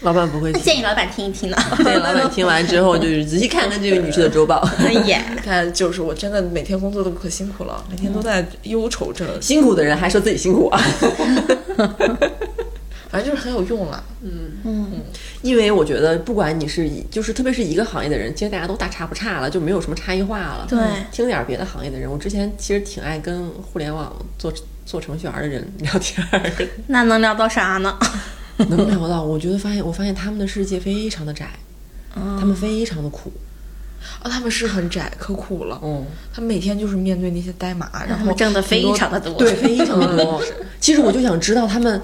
Speaker 1: 老板不会
Speaker 3: 那
Speaker 1: 听。
Speaker 3: 建议老板听一听呢。
Speaker 1: 对，老板听完之后就是仔细看看这位女士的周报，
Speaker 3: 哎呀，
Speaker 2: 但就是我真的每天工作都可辛苦了，每天都在忧愁着，
Speaker 1: 辛苦的人还说自己辛苦啊。
Speaker 2: 反正就是很有用了。
Speaker 1: 因为我觉得，不管你是以就是特别是一个行业的人，其实大家都大差不差了，就没有什么差异化了。嗯
Speaker 3: 对
Speaker 1: 听点儿别的行业的人，我之前其实挺爱跟互联网做做程序员的人 聊天儿，
Speaker 3: 那能聊到啥呢？
Speaker 1: 能聊到。我觉得发现，我发现他们的世界非常的窄，
Speaker 3: 哦
Speaker 1: 他们非常的苦。
Speaker 2: 啊，他们是很窄，可苦了。
Speaker 1: 嗯，
Speaker 2: 他每天就是面对那些代码，然
Speaker 3: 嗯他
Speaker 2: 后
Speaker 3: 们挣的非常的多。
Speaker 1: 对，非常的多。 其实我就想知道他们，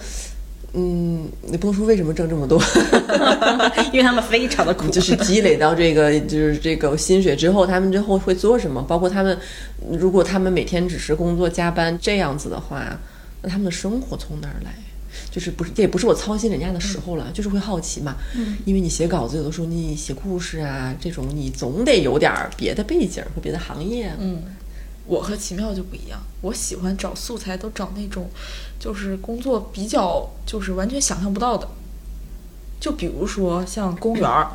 Speaker 1: 嗯，你不能说为什么挣这么多，
Speaker 3: 因为他们非常的苦。
Speaker 1: 就是积累到这个就是这个薪水之后，他们之后会做什么？包括他们，如果他们每天只是工作加班这样子的话，那他们的生活从哪儿来？就是不是这也不是我操心人家的时候了，就是会好奇嘛。嗯，因为你写稿子，有的时候你写故事啊，这种你总得有点儿别的背景和别的行业啊。
Speaker 2: 嗯，我和奇妙就不一样，我喜欢找素材都找那种，就是工作比较就是完全想象不到的，就比如说像公园儿，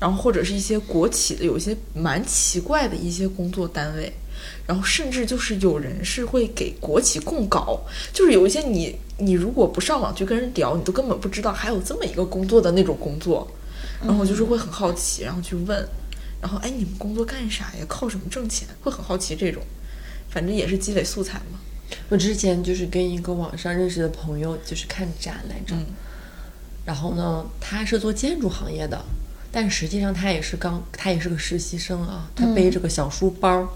Speaker 2: 然后或者是一些国企的有一些蛮奇怪的一些工作单位，然后甚至就是有人是会给国企供稿，就是有一些你你如果不上网去跟人聊，你都根本不知道还有这么一个工作的那种工作，然后就是会很好奇，然后去问，然后哎你们工作干啥呀？靠什么挣钱？会很好奇这种，反正也是积累素材嘛。
Speaker 1: 我之前就是跟一个网上认识的朋友，就是看展来着。
Speaker 2: 嗯
Speaker 1: 然后呢，他是做建筑行业的，但实际上他也是刚，他也是个实习生啊，他背着个小书包儿。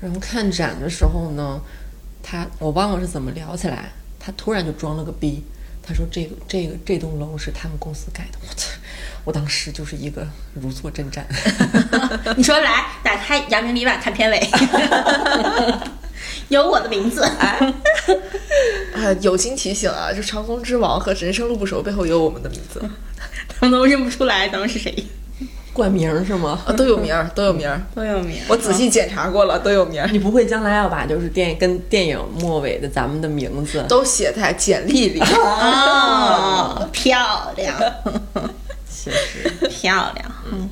Speaker 1: 然后看展的时候呢，他我忘了是怎么聊起来，他突然就装了个逼，他说这个这个这栋楼是他们公司盖的，我操！我当时就是一个如坐针毡。
Speaker 3: 你说来打开《扬名立万》看片 尾，有我的名字。
Speaker 2: 啊，友情提醒啊，就《长空之王》和《人生路不熟》背后有我们的名字，
Speaker 3: 他们都认不出来咱们是谁，
Speaker 1: 冠名儿是吗？
Speaker 2: 啊，都有名儿，都有名儿。
Speaker 3: 都有名。
Speaker 2: 我仔细检查过了，都有名儿，
Speaker 1: 你不会将来要把就是电跟电影末尾的咱们的名字
Speaker 2: 都写在简历 里。
Speaker 3: 哦，漂亮，
Speaker 1: 写实。
Speaker 3: 漂亮。嗯。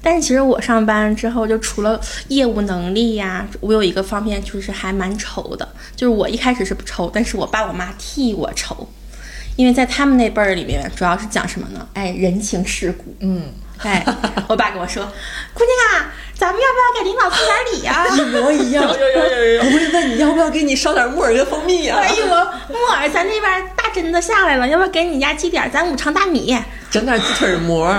Speaker 3: 但是其实我上班之后，就除了业务能力呀、我有一个方面就是还蛮愁的，就是我一开始是不愁，但是我爸我妈替我愁，因为在他们那辈儿里面，主要是讲什么呢？哎，人情世故。
Speaker 2: 嗯，
Speaker 3: 哎，我爸跟我说：“姑娘啊，咱们要不要给领导送点礼呀、
Speaker 1: 一模一样，
Speaker 2: 有有有有
Speaker 1: 不会问你要不要给你烧点木耳跟蜂蜜呀、啊
Speaker 3: 哎呦，木耳咱那边大针的下来了，要不要给你压鸡点儿？咱五常大米。
Speaker 1: 整点鸡腿膜。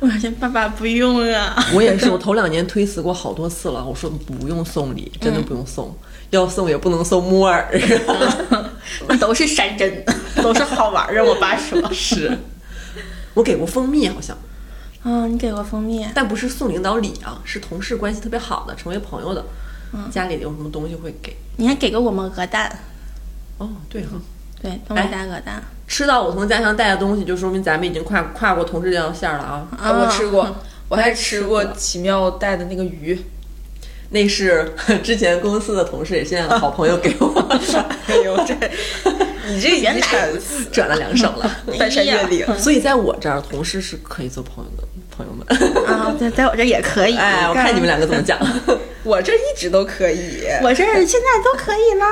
Speaker 3: 我说爸爸不用啊，
Speaker 1: 我也是，我头两年推辞过好多次了。我说不用送礼，真的
Speaker 2: 嗯
Speaker 1: 不用送，要送也不能送木耳。
Speaker 3: 那都是山珍，都是好玩儿啊。我爸说，
Speaker 1: 是，我给过蜂蜜好像，
Speaker 3: 嗯，你给过蜂蜜，
Speaker 1: 但不是送领导礼啊，是同事关系特别好的，成为朋友的，
Speaker 2: 嗯
Speaker 1: 家里有什么东西会给。
Speaker 3: 你还给过我们鹅蛋，
Speaker 1: 哦，对
Speaker 2: 嗯
Speaker 1: 哈、哎
Speaker 3: 对，东北大鹅蛋。
Speaker 1: 吃到我从家乡带的东西，就说明咱们已经跨跨过同事这条线了啊。
Speaker 2: 啊我吃过，我还吃过
Speaker 1: 我也吃过
Speaker 2: 奇妙带的那个 鱼，
Speaker 1: 那是 之前公司的同事，也是现在的好朋友给我
Speaker 2: 哎呦这，你这遗产
Speaker 1: 转了两手 了。
Speaker 2: 翻山越岭，
Speaker 1: 所以在我这儿，同事是可以做朋友的，朋友们。
Speaker 3: 啊，在在我这儿也可以。
Speaker 1: 哎， 我看你们两个怎么 讲。
Speaker 2: 我这一直都可以。
Speaker 3: 我这儿现在都可以啦。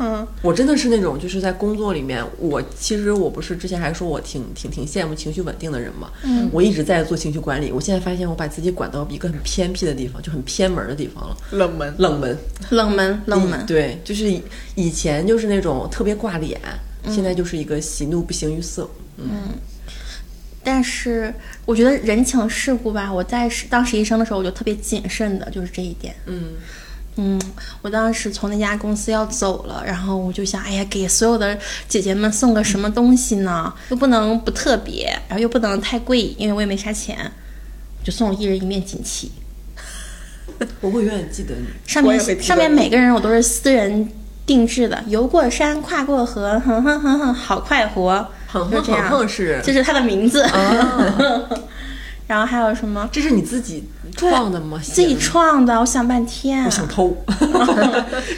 Speaker 3: 嗯，
Speaker 1: 我真的是那种就是在工作里面，我其实我不是之前还说我挺挺挺羡慕情绪稳定的人嘛，嗯，我一直在做情绪管理，我现在发现我把自己管到一个很偏僻的地方，就很偏门的地方了，
Speaker 2: 冷门，
Speaker 1: 冷门，
Speaker 3: 冷门冷
Speaker 1: 嗯
Speaker 3: 门，
Speaker 1: 对，就是以以前就是那种特别挂脸，
Speaker 3: 嗯
Speaker 1: 现在就是一个喜怒不形于色，嗯，
Speaker 3: 但是我觉得人情世故吧，我在是当实习生的时候，我就特别谨慎的，就是这一点。
Speaker 1: 嗯，
Speaker 3: 嗯，我当时从那家公司要走了，然后我就想，哎呀，给所有的姐姐们送个什么东西呢？又不能不特别，然后又不能太贵，因为我也没啥钱，我就送了一人一面锦旗。
Speaker 1: 我会永远记得你，
Speaker 3: 上
Speaker 2: 我也会记
Speaker 3: 面
Speaker 2: 得
Speaker 3: 上面每个人我都是私人定制的，游过山，跨过河，哼哼哼哼，好快活，
Speaker 1: 哼
Speaker 3: 就
Speaker 1: 哼
Speaker 3: 这样
Speaker 1: 哼哼是
Speaker 3: 这是他的名字。
Speaker 1: 啊
Speaker 3: 然后还有什么？
Speaker 1: 这是你自己创的吗？
Speaker 3: 自己创的，我想半天啊
Speaker 1: 我。想 偷，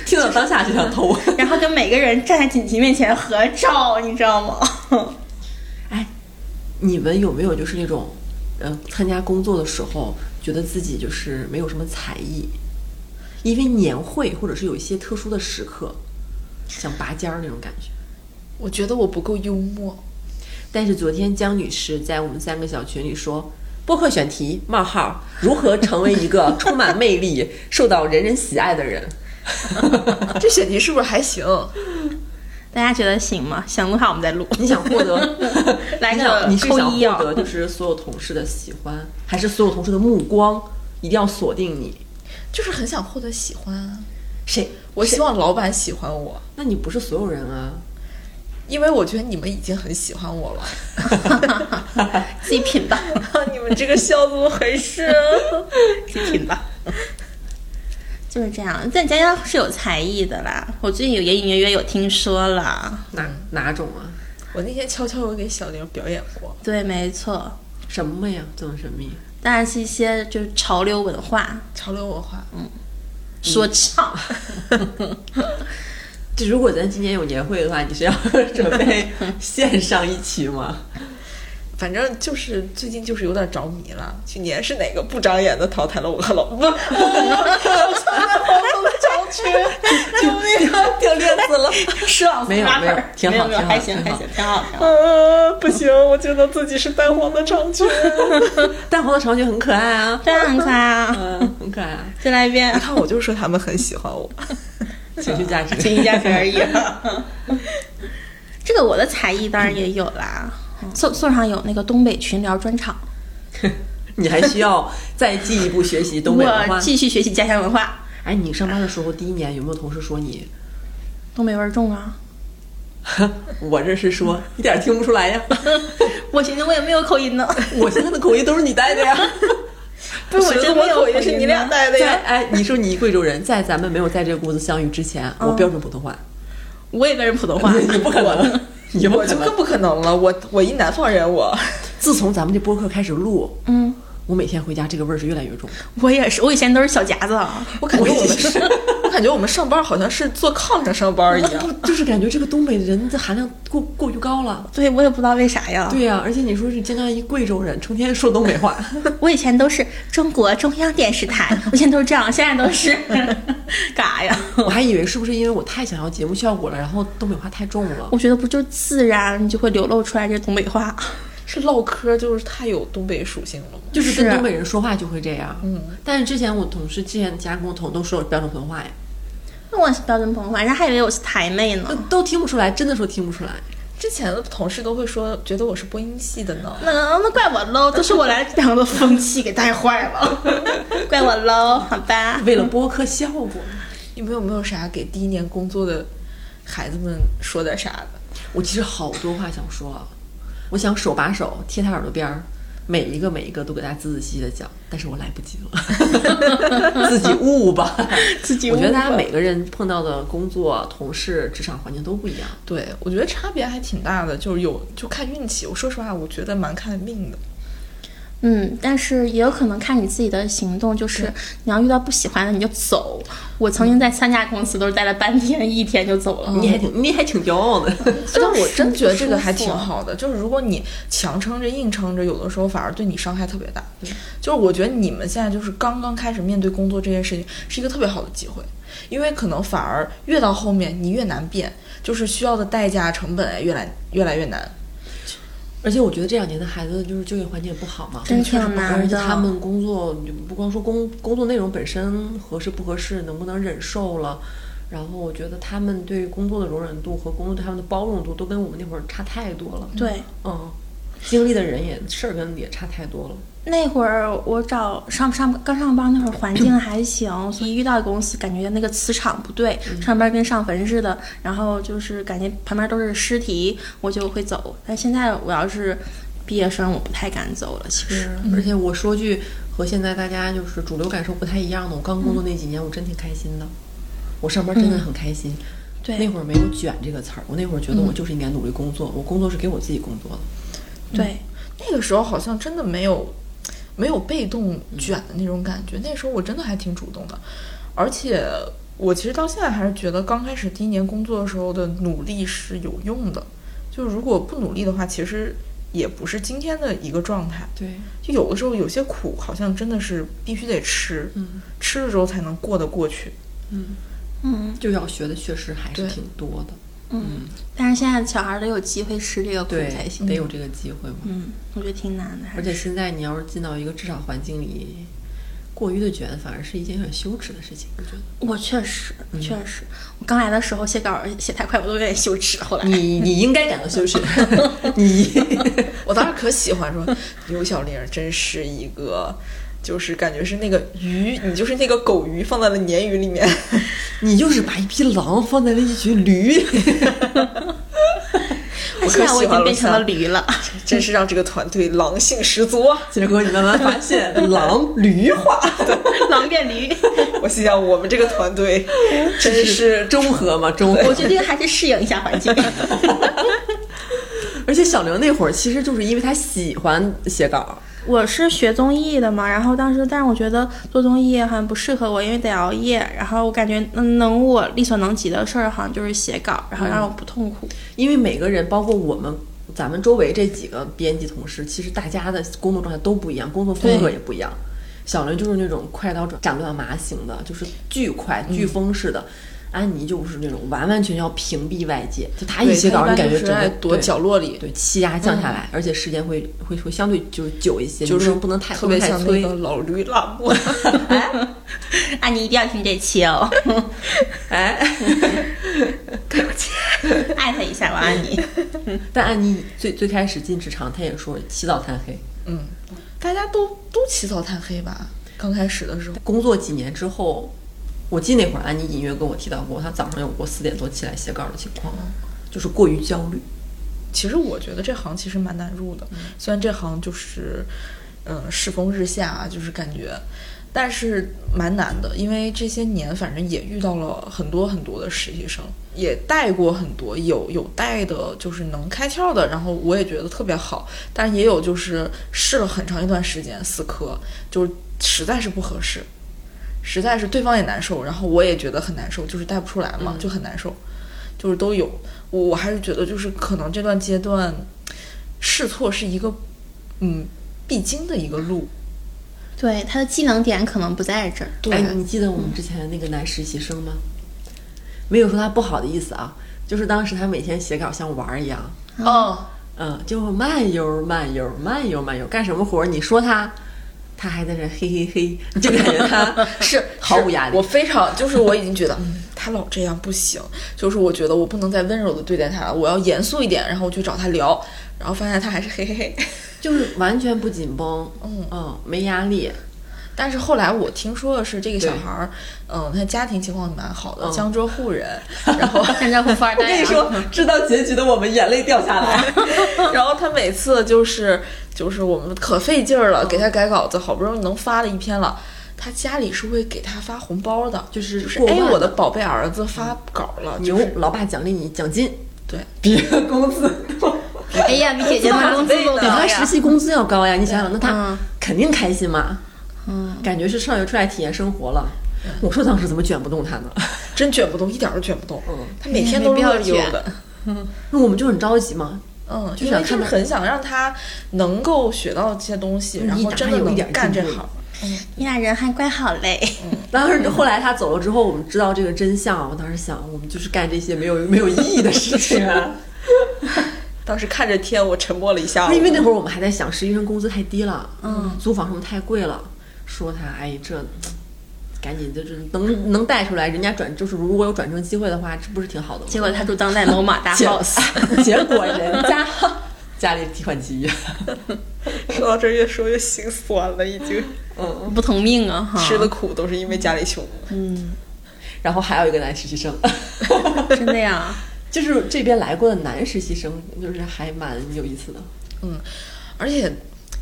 Speaker 1: 听到当下就想偷。
Speaker 3: 然后跟每个人站在锦旗面前合照，你知道吗？
Speaker 1: 哎，你们有没有就是那种，呃，参加工作的时候觉得自己就是没有什么才艺，因为年会或者是有一些特殊的时刻，想拔尖儿那种感觉。
Speaker 2: 我觉得我不够幽默，
Speaker 1: 但是昨天江女士在我们三个小群里说。播客选题：冒号如何成为一个充满魅力、受到人人喜爱的人？
Speaker 2: 这选题是不是还行？
Speaker 3: 大家觉得行吗？行的话，我们再录。
Speaker 1: 你想获得，
Speaker 3: 来
Speaker 1: 你
Speaker 3: 个
Speaker 1: 想你是
Speaker 3: 扣
Speaker 1: 想
Speaker 3: 一啊
Speaker 1: 获！得就是所有同事的喜欢，还是所有同事的目光一定要锁定你？
Speaker 2: 就是很想获得喜欢啊，
Speaker 1: 谁？
Speaker 2: 我
Speaker 1: 谁
Speaker 2: 希望老板喜欢我，
Speaker 1: 那你不是所有人啊？
Speaker 2: 因为我觉得你们已经很喜欢我了。
Speaker 3: 自己品吧，
Speaker 2: 你们这个笑怎么回事？
Speaker 3: 自己品吧。就是这样，但佳佳是有才艺的啦。我最近有隐隐约约有听说了，
Speaker 1: 哪哪种啊？
Speaker 2: 我那天悄悄有给小玲表演过，
Speaker 3: 对，没错，
Speaker 1: 什么呀？这么神秘？
Speaker 3: 当然是一些就是潮流文化
Speaker 2: 潮流文化，
Speaker 3: 说 唱。
Speaker 1: 就如果咱今年有年会的话，你是要准备线上一期吗？
Speaker 2: 反正就是最近就是有点着迷了。去年是哪个不长眼的淘汰了我和老不， 我和朋友的长裙，
Speaker 1: 就掉掉链子了。
Speaker 3: 失望
Speaker 1: 没有没有挺好
Speaker 3: 没有没
Speaker 1: 挺
Speaker 3: 有
Speaker 1: 好
Speaker 3: 还行
Speaker 1: 挺
Speaker 3: 还
Speaker 1: 好
Speaker 3: 行，挺好挺好。
Speaker 2: 呃，不行，我觉得自己是蛋黄的长裙。
Speaker 1: 蛋黄的长裙很可爱啊，
Speaker 3: 对啊，很可爱啊！
Speaker 1: 嗯，很可爱啊，
Speaker 3: 再来一遍
Speaker 2: 你，看，我就说哎他们很喜欢我。
Speaker 1: 情绪价值。
Speaker 3: 仅一加分而已。这个我的才艺当然也有啦，送送上有那个东北群聊专场，
Speaker 1: 你还需要再进一步学习东北文
Speaker 3: 我
Speaker 1: 化。
Speaker 3: 继续学习家乡文化，
Speaker 1: 哎，你上班的时候第一年有没有同事说你？
Speaker 3: 东北味儿重啊。
Speaker 1: 我这是说一点听不出来呀，
Speaker 3: 我寻思我也没有口音呢，
Speaker 1: 我现在的口音都是你带的 呀。
Speaker 3: 不是我真没有啊
Speaker 2: 口音是你俩带的
Speaker 1: 在
Speaker 2: 呀。
Speaker 1: 哎，你说你一贵州人，在咱们没有在这个屋子相遇之前，我
Speaker 2: 嗯
Speaker 1: 标准普通话，
Speaker 3: 我也跟人普通 话。
Speaker 1: 你不可能，你不
Speaker 2: 我
Speaker 1: 可
Speaker 2: 就
Speaker 1: 能
Speaker 2: 更不可能了，我我一南方人，我
Speaker 1: 自从咱们这播客开始录，
Speaker 3: 嗯，
Speaker 1: 我每天回家这个味儿是越来越 重。
Speaker 3: 我也是，我以前都是小夹子啊，
Speaker 2: 我感觉我
Speaker 1: 我也
Speaker 2: 们是，我感觉我们上班好像是坐炕上上班一样。
Speaker 1: 不就是感觉这个东北人的含量过过于高
Speaker 2: 啊
Speaker 1: 了。
Speaker 3: 对我也不知道为啥呀。
Speaker 1: 对呀、而且你说是江南一贵州人，成天说东北 话，
Speaker 3: 我以前都是中国中央电视台，我以前都是这样，现在都是干啥呀？
Speaker 1: 我还以为是不是因为我太想要节目效果了，然后东北话太重了。
Speaker 3: 我觉得不就自然，你就会流露出来这东北话。
Speaker 2: 是唠嗑，就是太有东北属性了吗？
Speaker 1: 就是
Speaker 3: 是
Speaker 1: 跟东北人说话就会这样，嗯。但是之前我同事、之前其他工同都说我标准普通话呀，
Speaker 3: 那我也是标准普通话，人家还以为我是台妹呢。
Speaker 1: 都听不出来，真的说听不出来。
Speaker 2: 之前的同事都会说，觉得我是播音系的呢。
Speaker 3: 那那怪我喽，都是我来这两个风气给带坏了， 怪我喽，好吧。
Speaker 1: 为了播客效果，
Speaker 2: 你们有没有啥给第一年工作的孩子们说点啥的？
Speaker 1: 我其实好多话想说啊，我想手把手贴他耳朵边儿，每一个每一个都给大家仔仔细细的讲，但是我来不及 了，自己悟吧，
Speaker 3: 自己悟
Speaker 1: 我
Speaker 3: 吧
Speaker 1: 觉得大家每个人碰到的工作、同事、职场环境都不一样。
Speaker 2: 对，我觉得差别还挺大的，就是有就看运气。我说实话，我觉得蛮看命的。
Speaker 3: 嗯，但是也有可能看你自己的行动，就是你要遇到不喜欢的你就走。我曾经在三家公司都是待了半天，一天就走了。
Speaker 1: 你还挺，你还挺骄傲的。
Speaker 2: 嗯但我真觉得这个还
Speaker 3: 舒服
Speaker 2: 挺好的，就是如果你强撑着、硬撑着，有的时候反而对你伤害特别大。就是我觉得你们现在就是刚刚开始面对工作这件事情，是一个特别好的机会，因为可能反而越到后面你越难变，就是需要的代价、成本哎越来越来越难。
Speaker 1: 而且我觉得这两年的孩子就是就业环境也不好嘛，
Speaker 3: 真
Speaker 1: 确实
Speaker 3: 挺
Speaker 1: 不好
Speaker 3: 难
Speaker 1: 而且
Speaker 3: 的
Speaker 1: 他们工作就不光说工工作内容本身合适不合适，能不能忍受了，然后我觉得他们对工作的容忍度和工作对他们的包容度都跟我们那会儿差太多了。，
Speaker 3: 对，
Speaker 1: 嗯，经历的人也事儿跟也差太多了。
Speaker 3: 那会儿我找上上刚上班那会儿环境还行，所以遇到公司感觉那个磁场不对，
Speaker 1: 嗯
Speaker 3: 上班跟上坟似的，然后就是感觉旁边都是尸体，我就会走。但现在我要是毕业生，我不太敢走了，其实。
Speaker 1: 而且我说句和现在大家就是主流感受不太一样的，我刚工作那几年我真挺开心的，我上班真的很开心。
Speaker 3: 嗯对
Speaker 1: 那会儿没有“卷”这个词儿，我那会儿觉得我就是应该努力工作，我工作是给我自己工作的。
Speaker 3: 对，
Speaker 2: 那个时候好像真的没有没有被动卷的那种感觉，那时候我真的还挺主动的，而且我其实到现在还是觉得刚开始第一年工作的时候的努力是有用的，就如果不努力的话，其实也不是今天的一个状态。
Speaker 1: 对，
Speaker 2: 就有的时候有些苦好像真的是必须得吃，
Speaker 1: 嗯
Speaker 2: 吃了之后才能过得过去。
Speaker 1: 嗯，嗯
Speaker 3: 嗯，
Speaker 1: 就要学的确实还是
Speaker 2: 对
Speaker 1: 挺多的，
Speaker 3: 但是现在小孩儿得有机会吃这个苦才行。
Speaker 1: 得有这个机会嘛。
Speaker 3: 嗯，我觉得挺难的，还
Speaker 1: 而
Speaker 3: 是
Speaker 1: 且现在你要是进到一个职场环境里，过于的卷反而是一件很羞耻的事情，我觉得。
Speaker 3: 我确实
Speaker 1: 嗯
Speaker 3: 确实，我刚来的时候写稿儿写太快，我都有点羞耻。后 来
Speaker 1: 你你应该感到 羞耻，你
Speaker 2: 我当时可喜欢说刘小玲儿真是一个。就是感觉是那个鱼，你就是那个狗鱼放在了鲶鱼里面，
Speaker 1: 你就是把一匹狼放在了一群驴。
Speaker 3: 但现在我已经变成了驴了。
Speaker 2: 真是让这个团队狼性十足 啊！
Speaker 1: 结果你慢慢发现，狼驴 化
Speaker 3: 狼变驴，
Speaker 2: 我心想，我们这个团队真是
Speaker 1: 中和嘛，中
Speaker 3: 我
Speaker 1: 和。
Speaker 3: 觉得这个还是适应一下环境。
Speaker 1: 而且小刘那会儿其实就是因为他喜欢写稿，
Speaker 3: 我是学综艺的嘛，然后当时，但是我觉得做综艺好像不适合我，因为得熬夜。然后我感觉能能我力所能及的事儿，好像就是写稿，然后让我不痛 苦。
Speaker 1: 因为每个人，包括我们，咱们周围这几个编辑同事，其实大家的工作状态都不一样，工作风格也不一样。小伦就是那种快刀斩乱麻型的，就是巨快、飓风式的。安妮就是那种完完全全要屏蔽外界，就她一写稿，你感觉
Speaker 2: 是
Speaker 1: 整个
Speaker 2: 在躲
Speaker 1: 对
Speaker 2: 角落里，
Speaker 1: 对气压降下来，而且时间会会会相对就是久一些，
Speaker 2: 就是
Speaker 1: 你不能不能太
Speaker 2: 特别
Speaker 1: 不能
Speaker 2: 像
Speaker 1: 太
Speaker 2: 那
Speaker 1: 催。
Speaker 2: 个老驴拉磨。
Speaker 3: 啊，你一定要听这期 哦，
Speaker 1: 哎，
Speaker 3: 艾特一下我安妮。
Speaker 1: 但安妮最最开始进职场，她也说起早贪黑，
Speaker 2: 嗯，大家都都起早贪黑吧？刚开始的时候，
Speaker 1: 工作几年之后，我记得那会儿安妮隐约跟我提到过，她早上有过四点多起来写稿的情况，就是过于焦虑。
Speaker 2: 其实我觉得这行其实蛮难入的，虽然这行就是，嗯、世风日下啊，就是感觉，但是蛮难的，因为这些年反正也遇到了很多很多的实习生，也带过很多，有有带的就是能开窍的，然后我也觉得特别好，但也有就是试了很长一段时间死磕，就是实在是不合适，实在是对方也难受，然后我也觉得很难受，就是带不出来嘛，就很难受，就是都有。我我还是觉得，就是可能这段阶段试错是一个嗯必经的一个路。
Speaker 3: 对，他的技能点可能不在这儿。
Speaker 1: 哎，你记得我们之前那个男实习生吗？没有说他不好的意思啊，就是当时他每天写稿像玩儿一样，
Speaker 2: 哦，
Speaker 1: 嗯，就慢悠儿慢悠儿慢悠儿慢悠儿，干什么活儿？你说他，他还在这嘿嘿嘿，你就感觉他是毫无压力
Speaker 2: 我。非常就是我已经觉得、嗯、他老这样不行，就是我觉得我不能再温柔的对待他了，我要严肃一点，然后我去找他聊，然后发现他还是 嘿嘿嘿。
Speaker 1: 就是完全不紧绷，
Speaker 2: 嗯
Speaker 1: 没压力，
Speaker 2: 但是后来我听说的是，这个小
Speaker 1: 对
Speaker 2: 孩儿，嗯，他家庭情况蛮好的，
Speaker 1: 嗯
Speaker 2: 江浙 沪人，然后
Speaker 3: 山寨户富 二代、啊。，，
Speaker 1: 知道结局的我们眼泪掉下来。
Speaker 2: 然后他每次就是就是我们可费劲儿
Speaker 1: 嗯
Speaker 2: 了，给他改稿子，好不容易能发了一篇了，他家里是会给他发红包的，
Speaker 1: 就是
Speaker 2: 就是
Speaker 1: 过
Speaker 2: 哎，
Speaker 1: 万
Speaker 2: 我的
Speaker 1: 的
Speaker 2: 宝贝儿子发稿了，
Speaker 1: 牛
Speaker 2: 就是，
Speaker 1: 老爸奖励你奖金，
Speaker 2: 对，
Speaker 1: 比工资 高，
Speaker 3: 哎呀，比姐姐们工资 都
Speaker 1: 比
Speaker 3: 高
Speaker 1: 他实
Speaker 3: 呀。
Speaker 1: 习工资要高呀！你想想，那他
Speaker 3: 嗯
Speaker 1: 肯定开心嘛，
Speaker 3: 嗯，
Speaker 1: 感觉是上学出来体验生活了。我说当时怎么卷不动他呢？
Speaker 2: 真卷不动，一点儿都卷不动，
Speaker 1: 嗯
Speaker 2: 他每天都
Speaker 3: 没必要
Speaker 2: 乐悠
Speaker 3: 卷
Speaker 2: 的。
Speaker 1: 那我们就很着急嘛，
Speaker 2: 嗯，
Speaker 1: 就
Speaker 2: 因为
Speaker 1: 想
Speaker 2: 他们
Speaker 1: 看
Speaker 2: 很想让他能够学到这些东西，
Speaker 1: 嗯
Speaker 2: 然
Speaker 1: 一
Speaker 2: 后
Speaker 1: 打
Speaker 2: 真的
Speaker 1: 有一
Speaker 2: 能
Speaker 1: 点儿
Speaker 2: 干这
Speaker 1: 进步
Speaker 2: 行。
Speaker 3: 你俩人还怪好嘞。
Speaker 1: 当时后来他走了之后，我们知道这个真相。我当时想，我们就是干这些没有没有意义的事情。啊
Speaker 2: 当时看着天，我沉默了一下午。
Speaker 1: 啊因为那会儿我们还在想，实习生工资太低了，
Speaker 3: 嗯，
Speaker 1: 租房什么太贵了，说他哎这。赶紧就是能能带出来，人家转就是如果有转正机会的话，这不是挺好的吗？
Speaker 3: 结果他住当代某马 大 house，
Speaker 1: 结果人家 家里提款机，
Speaker 2: 说到这儿越说越心酸了，已经
Speaker 1: 嗯，
Speaker 3: 不同命啊哈。
Speaker 2: 吃的苦都是因为家里穷。
Speaker 1: 然后还有一个男实习生，
Speaker 3: 真的呀。
Speaker 1: 就是这边来过的男实习生，就是还蛮有意思的。
Speaker 2: 嗯而且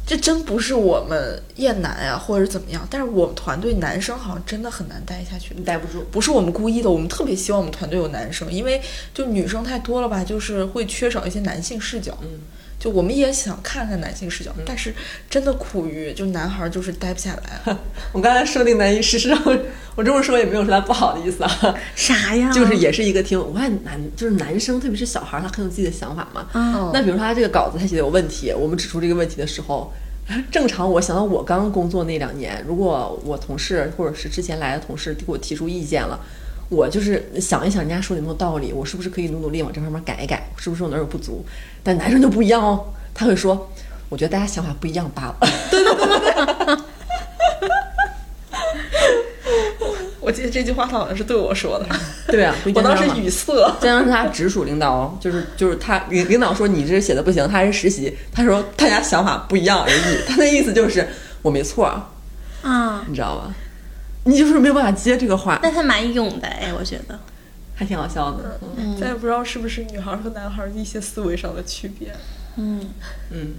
Speaker 2: 这真不是我们厌男呀、或者是怎么样，但是我们团队男生好像真的很难待下去。
Speaker 1: 你待不住，
Speaker 2: 不是我们故意的，我们特别希望我们团队有男生，因为就女生太多了吧，就是会缺少一些男性视角。
Speaker 1: 嗯，
Speaker 2: 就我们也想看看男性视角，但是真的苦于就男孩儿就是待不下来。啊
Speaker 1: 我刚才说那个男医师，实际上我这么说也没有说他不好的意思啊，
Speaker 3: 啥呀？
Speaker 1: 就是也是一个挺我发现男就是男生，特别是小孩儿，他很有自己的想法嘛。
Speaker 3: 啊，
Speaker 1: 那比如说他这个稿子他写的有问题，我们指出这个问题的时候，正常我想到我刚工作那两年，如果我同事或者是之前来的同事给我提出意见了。我就是想一想人家说的有没有道理，我是不是可以努努力往这方面改一改？是不是我哪儿有不足？但男生就不一样哦，他会说，我觉得大家想法不一样罢了。
Speaker 2: 我记得这句话他好像是对我说的，
Speaker 1: 对 啊，不一
Speaker 2: 我
Speaker 1: 定
Speaker 2: 当
Speaker 1: 这
Speaker 2: 时
Speaker 1: 样嘛
Speaker 2: 语塞。
Speaker 1: 这样是他直属领导哦，就是就是他领领导说你这写的不行，他还是实习，他说大家想法不一样而已，他的意思就是我没错儿，
Speaker 3: 啊，
Speaker 1: 你知道吗？你就是没有办法接这个 话，
Speaker 3: 那他蛮勇的哎，我觉得。
Speaker 1: 还挺好笑的。嗯
Speaker 2: 咱也不知道是不是女孩和男孩一些思维上的区 别。
Speaker 3: 嗯，
Speaker 1: 嗯，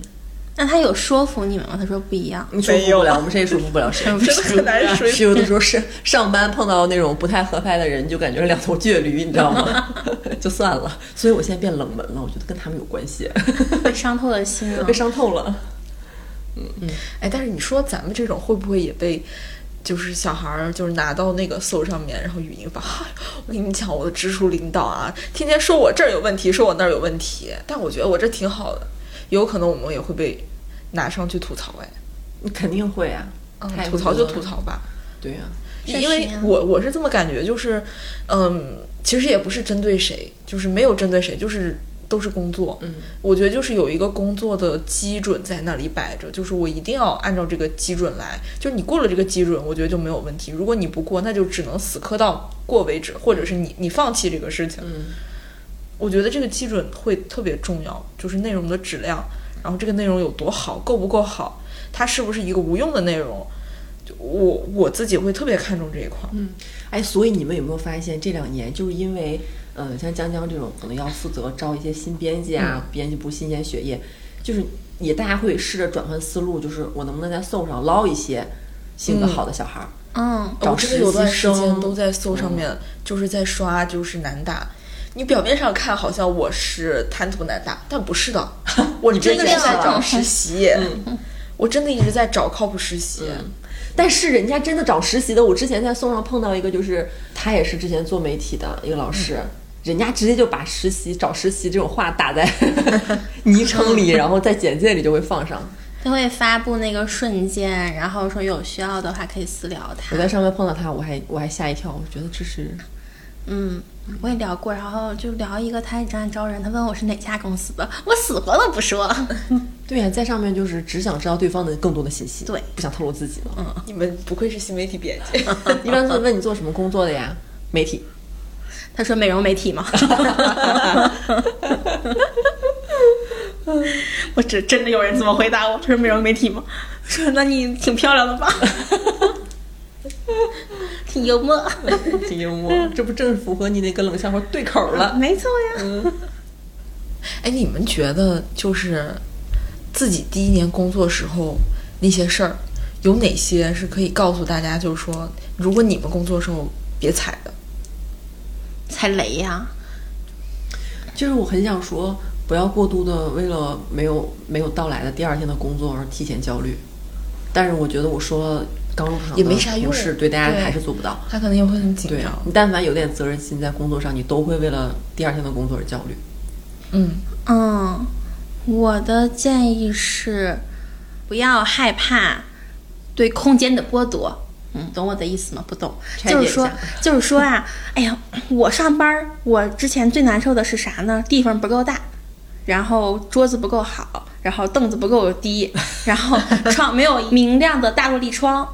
Speaker 3: 那他有说服你们吗？他说不一 样。
Speaker 1: 你说服不了，我们谁也说服不了谁。
Speaker 2: 真的很难说。
Speaker 1: 啊是有的时候是上班碰到那种不太合拍的人，就感觉两头倔驴，你知道吗？就算了。所以我现在变冷门了，我觉得跟他们有关 系，
Speaker 3: 被伤透了心啊了
Speaker 1: 被。伤透了。
Speaker 2: 哎，但是你说咱们这种会不会也被，就是小孩儿就是拿到那个搜上面，然后语音发？我跟你讲，我的直属领导啊，天天说我这儿有问题，说我那儿有问题，但我觉得我这挺好的，有可能我们也会被拿上去吐槽哎。
Speaker 1: 你肯定会啊，太
Speaker 2: 嗯，吐槽就吐
Speaker 1: 槽。
Speaker 2: 槽吧，
Speaker 1: 对啊呀、
Speaker 3: 确
Speaker 2: 因为
Speaker 3: 实呀
Speaker 2: 我我是这么感觉，就是，嗯，其实也不是针对谁，就是没有针对谁，就是都是工作，
Speaker 1: 嗯，
Speaker 2: 我觉得就是有一个工作的基准在那里摆着，就是我一定要按照这个基准来，就是你过了这个基准，我觉得就没有问题，如果你不过，那就只能死磕到过为止，或者是你你放弃这个事情，
Speaker 1: 嗯，
Speaker 2: 我觉得这个基准会特别重要，就是内容的质量，然后这个内容有多好，够不够好，它是不是一个无用的内容，就我我自己会特别看重这一块。
Speaker 1: 哎，所以你们有没有发现这两年就是因为，呃，像江江这种可能要负责招一些新编辑啊，编辑部新鲜血液，就是也大家会试着转换思路，就是我能不能在搜上捞一些性格好的小孩儿？
Speaker 3: 嗯，
Speaker 1: 找
Speaker 2: 我真的有
Speaker 1: 实习
Speaker 2: 段时间
Speaker 1: 生
Speaker 2: 都在搜
Speaker 1: 嗯
Speaker 2: 上面，就是在刷，就是南大。你表面上看好像我是贪图南大，但不 是的，我
Speaker 1: 你
Speaker 2: 真的
Speaker 1: 被
Speaker 2: 是
Speaker 1: 骗
Speaker 2: 在
Speaker 1: 了
Speaker 2: 找 实习，
Speaker 1: 嗯
Speaker 2: 我真的一直在找靠谱实习。
Speaker 1: 但是人家真的找实习的，我之前在搜上碰到一个，就是他也是之前做媒体的一个老师，人家直接就把实习找实习这种话打在昵称里，然后在简介里就会放上。
Speaker 3: 他会发布那个瞬间，然后说有需要的话可以私聊他
Speaker 1: 我。在上面碰到他，我还我还吓一跳，我觉得这是
Speaker 3: 嗯，我也聊过，然后就聊一个他一直在招人，他问我是哪家公司的，我死活都不说。
Speaker 1: 对呀、在上面就是只想知道对嗯方的更多的信息，
Speaker 3: 对
Speaker 1: 不想透露自己了。
Speaker 2: 你们不愧是新媒体编辑，
Speaker 1: 嗯一般都是问你做什么工作的呀？媒体，
Speaker 3: 他说美容美体 吗？我真真的有人这么回答我，他说美容美体吗？我说那你挺漂亮的吧， 挺幽 默，
Speaker 1: 挺幽默，哎这不正符合你那个冷笑话对口了？
Speaker 3: 没错呀。
Speaker 2: 哎，你们觉得就是自己第一年工作时候那些事儿，有哪些是可以告诉大家，就是说，如果你们工作时候别踩的，
Speaker 3: 踩雷呀、
Speaker 1: 就是我很想说，不要过度的为了没有没有到来的第二天的工作而提前焦虑，但是我觉得我说刚入场
Speaker 2: 也没啥用
Speaker 1: 是对大家
Speaker 2: 对
Speaker 1: 还是做不到。
Speaker 2: 他可能也会很紧
Speaker 1: 对
Speaker 2: 张。
Speaker 1: 你但凡有点责任心，在工作上你都会为了第二天的工作而焦虑。
Speaker 2: 嗯，
Speaker 3: 嗯，我的建议是，不要害怕对空间的剥夺。嗯，懂我的意思吗？不懂，
Speaker 1: 拆解
Speaker 3: 就
Speaker 1: 一
Speaker 3: 是说
Speaker 1: 下，
Speaker 3: 就是说啊，哎呀，我上班儿，我之前最难受的是啥呢？地方不够大，然后桌子不够好，然后凳子不够低， 然后窗没有明亮的大落地窗，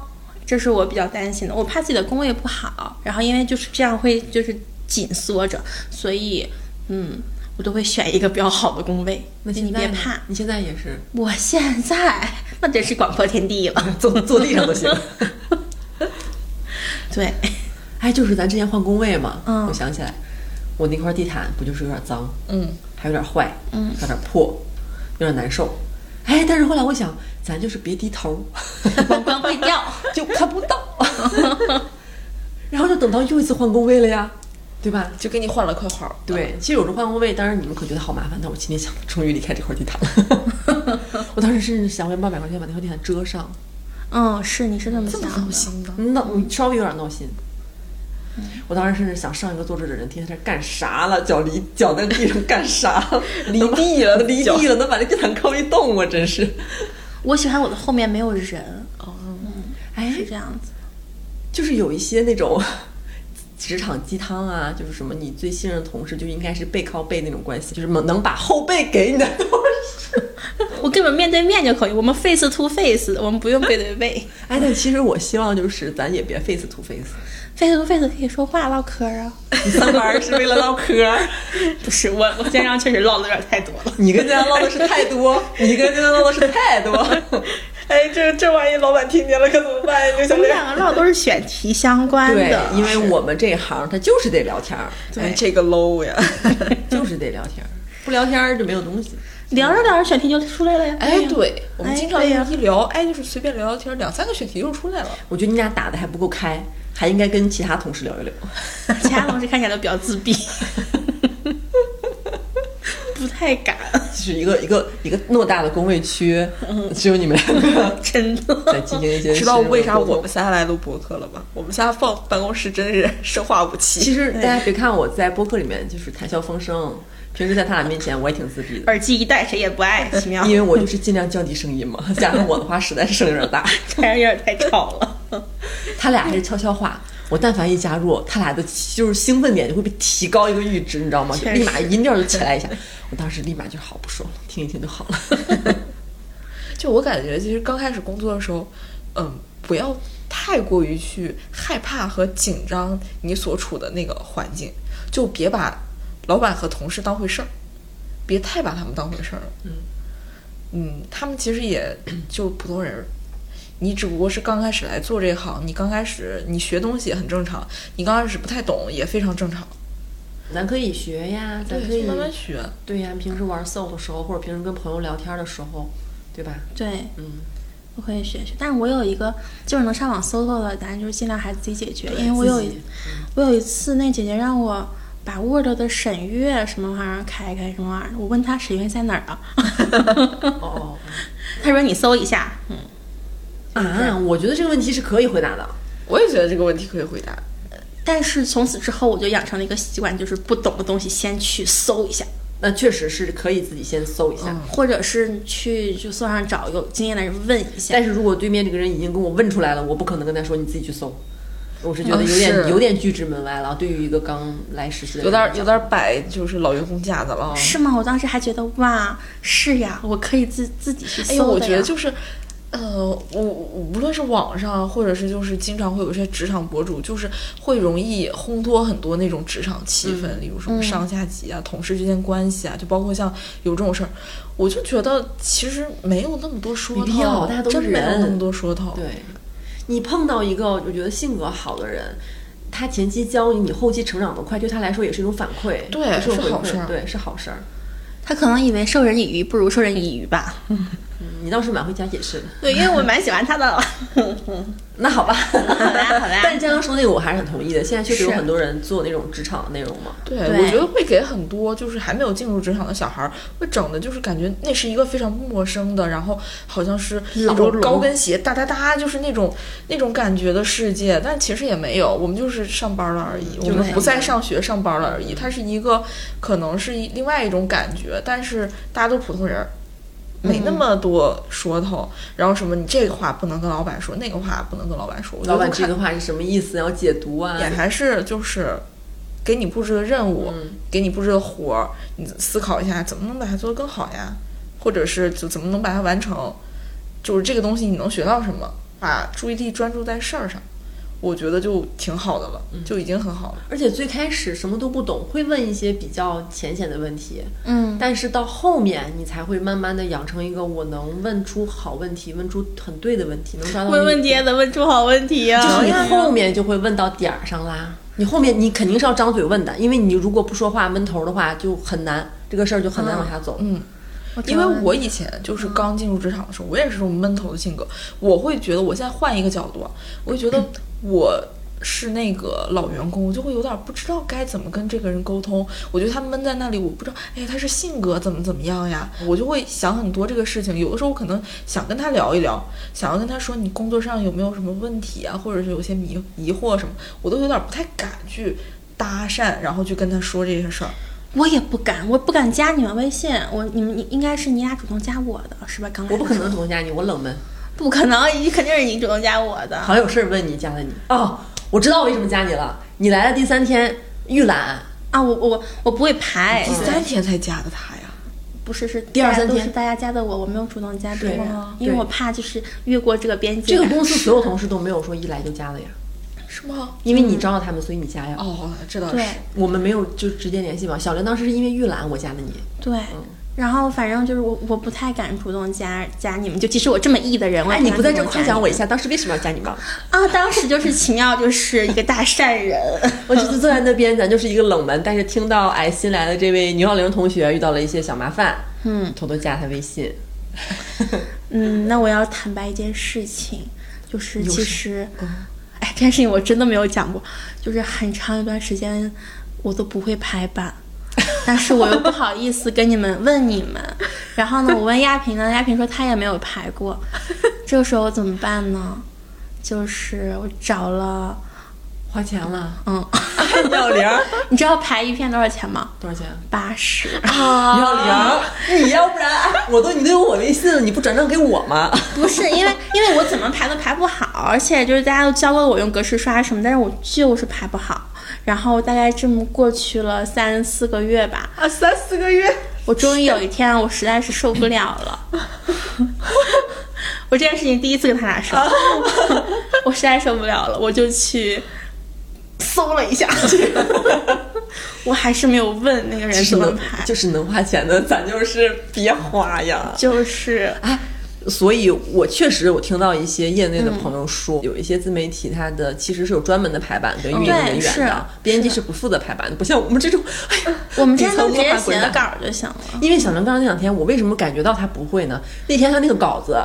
Speaker 3: 这是我比较担心的。我怕自己的工位不好，然后因为就是这样会就是紧缩着，所以嗯，我都会选一个比较好的工位。
Speaker 1: 那
Speaker 3: 你
Speaker 1: 现在
Speaker 3: 别
Speaker 1: 呢
Speaker 3: 怕，
Speaker 1: 你现在也是
Speaker 3: 我现在那真是广阔天地了。
Speaker 1: 坐坐地上都行。
Speaker 3: 对，
Speaker 1: 哎，就是咱之前换工位嘛，
Speaker 3: 嗯
Speaker 1: 我想起来，我那块地毯不就是有点脏，
Speaker 2: 嗯，
Speaker 1: 还有点坏，嗯，有点破，有点难受。哎，但是后来我想，咱就是别低头，
Speaker 3: 王冠会掉。
Speaker 1: 就看不到， 然后就等到又一次换工位了呀，对吧？
Speaker 2: 就给你换了块好。
Speaker 1: 对，其实有时候换工位，当然你们可觉得好麻烦，但我今天想，终于离开这块地毯了。 我当时甚至想，我用八百块钱把那块地毯遮上，
Speaker 3: 嗯，是你是这么
Speaker 2: 这
Speaker 3: 想
Speaker 2: 么
Speaker 3: 的
Speaker 2: 闹。心的，
Speaker 1: 闹稍微有点闹心。我当时甚至想，上一个坐这的人天天在这干啥了？脚离脚在地上干啥？离地了，离地了，能把那地毯抠一洞，我真是。
Speaker 3: 我喜欢我的后面没有人，
Speaker 1: 哦
Speaker 3: 嗯
Speaker 1: 哎，
Speaker 3: 是这样子。
Speaker 1: 就是有一些那种职场鸡汤啊，就是什么你最信任的同事就应该是背靠背那种关系，就是能能把后背给你的同事。
Speaker 3: 我根本面对面就可以，我们 face to face，我们不用背对背
Speaker 1: 哎，但其实我希望就是咱也别 face to face，
Speaker 3: ，face to face 可以说话唠嗑啊。
Speaker 1: 你上班是为了唠嗑，啊
Speaker 3: 不是我，我今天确实唠的有点太多了。
Speaker 1: 你跟大家唠的是太多，你跟大家唠的是太 多。
Speaker 2: 哎，这这玩意老板听见了可怎么 办呀？刘
Speaker 3: 我
Speaker 2: 小
Speaker 3: 们两个唠都是选题相关
Speaker 1: 对
Speaker 3: 的，，
Speaker 1: 因为我们这一行他就是得聊天儿，
Speaker 2: 哎，这个 low 呀！
Speaker 1: 就是得聊天儿， 不聊天儿就没有东西。
Speaker 3: 聊着聊着选题就出来了呀。
Speaker 2: 哎，对，我们
Speaker 3: 哎
Speaker 2: 经常
Speaker 3: 对呀
Speaker 2: 一聊，哎，就是随便聊聊天，两三个选题就出来了。
Speaker 1: 我觉得你俩打的还不够开，还应该跟其他同事聊一 聊。
Speaker 3: 其他同事看起来都比较自 闭，不太 敢，
Speaker 1: 就是一个一个一个偌大的工位区，只有你们两 个
Speaker 3: 真的。
Speaker 1: 在进行一些。
Speaker 2: 知道为啥我们？仨来录博客了吧？我们仨放办公室真是 生化武器。
Speaker 1: 其实大家别看我在播客里面就是谈笑风生，平时在他俩面前我也挺自闭的，
Speaker 3: 耳机一戴，谁也不爱，奇妙
Speaker 1: 因，为我就是尽量降低声音嘛。加上我的话，实在是声音有点大。
Speaker 3: 感觉有点太吵了。
Speaker 1: 他俩还是悄悄话，我但凡一加入，他俩的就是兴奋点就会被提高一个阈值，你知道吗？就
Speaker 3: 确实
Speaker 1: 立马音调就起来一下。我当时立马就好不说了，听一听就好了。
Speaker 2: 就我感觉，其实刚开始工作的时候，嗯，不要太过于去害怕和紧张你所处的那个环境，就别把老板和同事当回事儿，别太把他们当回事儿了。嗯他们其实也 就普通人儿。你只不过是刚开始来做这行，你刚开始你学东西很正常，你刚开始不太懂也非常正常，
Speaker 1: 咱可以学呀，咱可
Speaker 2: 对，
Speaker 1: 以
Speaker 2: 就慢慢学。
Speaker 1: 对呀，平时玩 SOL 的时候，或者平时跟朋友聊天的时候，对吧？
Speaker 3: 对，
Speaker 1: 嗯，
Speaker 3: 我可以学学，但是我有一个就是能上网搜搜的，咱就是尽量还是自己解决，因为我有
Speaker 1: 自
Speaker 3: 一
Speaker 1: 己
Speaker 3: 我有一次那姐姐让我。把 Word 的审阅什么玩意儿开开什么玩意儿，我问她审阅在哪 儿啊？
Speaker 1: 哦
Speaker 3: 她说你搜一下，嗯，
Speaker 1: 哦 啊，我觉得这个问题是可以回答的。
Speaker 2: 我也觉得这个问题可以回答。
Speaker 3: 但是从此之后，我就养成了一个习惯，就是不懂的东西先去搜一下，
Speaker 1: 那确实是可以自己先搜一下，
Speaker 3: 或者是去就搜上找有经验的人问一下
Speaker 1: 但。是如果对面这个人已经跟我问出来了，我不可能跟他说你自己去搜。我哦是觉得
Speaker 2: 嗯
Speaker 1: 有点、
Speaker 2: 是
Speaker 1: 有点拒之门外了。对于一个刚来实习的人
Speaker 2: 有点儿有
Speaker 1: 来
Speaker 2: 点儿摆就是老员工架子了啊。
Speaker 3: 是吗？我当时还觉得哇，是呀，我可以自自己去搜的呀。
Speaker 2: 哎呦，我觉得就是呃，我无论是网上，啊或者是就是经常会有一些职场博主，就是会容易烘托很多那种职场气氛，
Speaker 1: 嗯
Speaker 2: 例如什么上下级啊、同事之间关系啊，就包括像有这种事儿，我就觉得其实没有那么多说
Speaker 1: 没
Speaker 2: 头，
Speaker 1: 必要大家都是
Speaker 2: 真没有那
Speaker 1: 人
Speaker 2: 么多说头。
Speaker 1: 对，你碰到一个我觉得性格好的人，他前期教你，你后期成长的快，对他来说也是一种反馈，
Speaker 2: 对
Speaker 1: 也是
Speaker 2: 是
Speaker 1: 回
Speaker 2: 好
Speaker 1: 馈
Speaker 2: 事儿
Speaker 1: 对，是好事儿。
Speaker 3: 他可能以为授人以鱼不如授人以渔吧。
Speaker 1: 你倒是蛮会加解释的，
Speaker 3: 对，因为我蛮喜欢他的。
Speaker 1: 那好吧，好
Speaker 3: 啦好啦
Speaker 1: 但江刚说那个我还是很同意的，现在确实有
Speaker 3: 是
Speaker 1: 很多人做那种职场的内容嘛，
Speaker 2: 对，
Speaker 3: 对
Speaker 2: 我觉得会给很多就是还没有进入职场的小孩儿，会整的就是感觉那是一个非常陌生的，然后好像是那
Speaker 3: 牢
Speaker 2: 种
Speaker 3: 笼
Speaker 2: 高跟鞋哒哒哒，就是那种那种感觉的世界。但其实也没有，我们就是上班了而已，我
Speaker 1: 是
Speaker 2: 们
Speaker 1: 上
Speaker 2: 不再
Speaker 1: 班
Speaker 2: 上学上班了而已。它是一个可能是一另外一种感觉，但是大家都普通人儿。没
Speaker 1: 嗯
Speaker 2: 那么多说头，然后什么你这个话不能跟老板说，那个话不能跟老板说。我觉
Speaker 1: 老
Speaker 2: 得
Speaker 1: 板
Speaker 2: 都
Speaker 1: 这
Speaker 2: 看
Speaker 1: 个话是什么意思，然后解读啊
Speaker 2: 也，还是就是给你布置的任务，给你布置的活儿，你思考一下怎么能把它做得更好呀，或者是就怎么能把它完成，就是这个东西你能学到什么，把注意力专注在事儿上，我觉得就挺好的了，就已经很好了。
Speaker 1: 而且最开始什么都不懂，会问一些比较浅显的问题，
Speaker 3: 嗯，
Speaker 1: 但是到后面你才会慢慢的养成一个我能问出好问题，问出很对的问题，能抓到
Speaker 3: 问
Speaker 1: 你
Speaker 3: 问题也能问出好问题啊。
Speaker 1: 就是你后面就会问到点儿上啦。你后面你肯定是要张嘴问的，因为你如果不说话闷头的话，就很难这个事儿就很难往下走。
Speaker 2: 嗯，
Speaker 3: 知
Speaker 2: 因
Speaker 3: 道
Speaker 2: 为
Speaker 3: 了
Speaker 2: 我以前就是刚进入职场的时候，我也是这种闷头的性格。我会觉得我现在换一个角度啊，我会觉得我是那个老员工，我就会有点不知道该怎么跟这个人沟通。我觉得他闷在那里，我不知道，哎，他是性格怎么怎么样呀？我就会想很多这个事情。有的时候我可能想跟他聊一聊，想要跟他说你工作上有没有什么问题啊，或者是有些迷疑惑什么，我都有点不太敢去搭讪，然后去跟他说这些事儿。
Speaker 3: 我也不敢，我不敢加你们微信。我你们你应该是你俩主动加我的，是吧？刚来
Speaker 1: 我不可
Speaker 3: 的时
Speaker 1: 能
Speaker 3: 候，
Speaker 1: 主动加你，我冷门，
Speaker 3: 不可能，你肯定是你主动加我的。
Speaker 1: 好像有事儿问你加了你。哦，我知道我为什么加你了，你来的第三天预览，
Speaker 3: 啊，我我我不会排，
Speaker 2: 第三天才加的他呀。
Speaker 3: 不是是
Speaker 1: 嗯第二
Speaker 3: 大家
Speaker 1: 三
Speaker 3: 都
Speaker 1: 天
Speaker 3: 是大家加的我，我没有主动加别人
Speaker 1: 对啊
Speaker 2: 吗，
Speaker 3: 因为
Speaker 1: 对
Speaker 3: 我怕就是越过这个边界。
Speaker 1: 这个公司所有同事都没有说一来就加的呀，
Speaker 2: 是吗？
Speaker 1: 因为你招到他们，所以你加呀。
Speaker 2: 哦，这倒是
Speaker 3: 对。
Speaker 1: 我们没有就直接联系嘛。小刘当时是因为预览我加的你，
Speaker 3: 对。然后反正就是我，我不太敢主动加加你们，就即使我这么 E 的人，我也
Speaker 1: 哎，你
Speaker 3: 敢
Speaker 1: 不在
Speaker 3: 主
Speaker 1: 这
Speaker 3: 动
Speaker 1: 夸
Speaker 3: 加
Speaker 1: 奖
Speaker 3: 你
Speaker 1: 我一下，当时为什么要加你吗？
Speaker 3: 啊！当时就是奇妙，就是一个大善人，
Speaker 1: 我就是坐在那边，咱就是一个冷门，但是听到哎新来的这位牛小玲同学遇到了一些小麻烦，
Speaker 3: 嗯
Speaker 1: 偷偷加他微 信，
Speaker 3: 嗯，那我要坦白一件事情，就是
Speaker 1: 有什
Speaker 3: 其实，哎，这件事情我真的没有讲过，就是很长一段时间我都不会排版，但是我又不好意思跟你们问你们，然后呢，我问亚萍呢，亚萍说她也没有排过，这个时候怎么办呢？就是我找了，。
Speaker 1: 花钱了
Speaker 3: 嗯，
Speaker 1: 牛小玲
Speaker 3: 你知道排一片多少钱吗？
Speaker 1: 多少钱？
Speaker 3: 八十。
Speaker 1: 牛小玲，你要不然我都你都有我微信了，你不转账给我吗？
Speaker 3: 不是因为，因为我怎么排都排不好，而且就是大家都教过我用格式刷什么，但是我就是排不好。然后大概这么过去了三四个月吧，
Speaker 2: 啊，三四个月，
Speaker 3: 我终于有一天，我实在是受不了了。 我这件事情第一次跟他俩说，我实在受不了了，我就去搜了一下，我还是没有问那个人怎么排，
Speaker 1: 就是能花钱的，咱就是别花呀。
Speaker 3: 就是
Speaker 1: 啊所以，我确实有听到一些业内的朋友说，有一些自媒体它的其实是有专门的排版跟运营
Speaker 3: 对
Speaker 1: 人员
Speaker 3: 是
Speaker 1: 的，编辑是不负责排版的，不像我们这种， 哎呀，
Speaker 3: 我们之
Speaker 1: 底
Speaker 3: 前
Speaker 1: 层
Speaker 3: 都直接
Speaker 1: 文化
Speaker 3: 写
Speaker 1: 滚
Speaker 3: 个
Speaker 1: 蛋
Speaker 3: 稿儿就行了。
Speaker 1: 因为小张刚刚那两天，我为什么感觉到他不会呢？那天他那个稿子，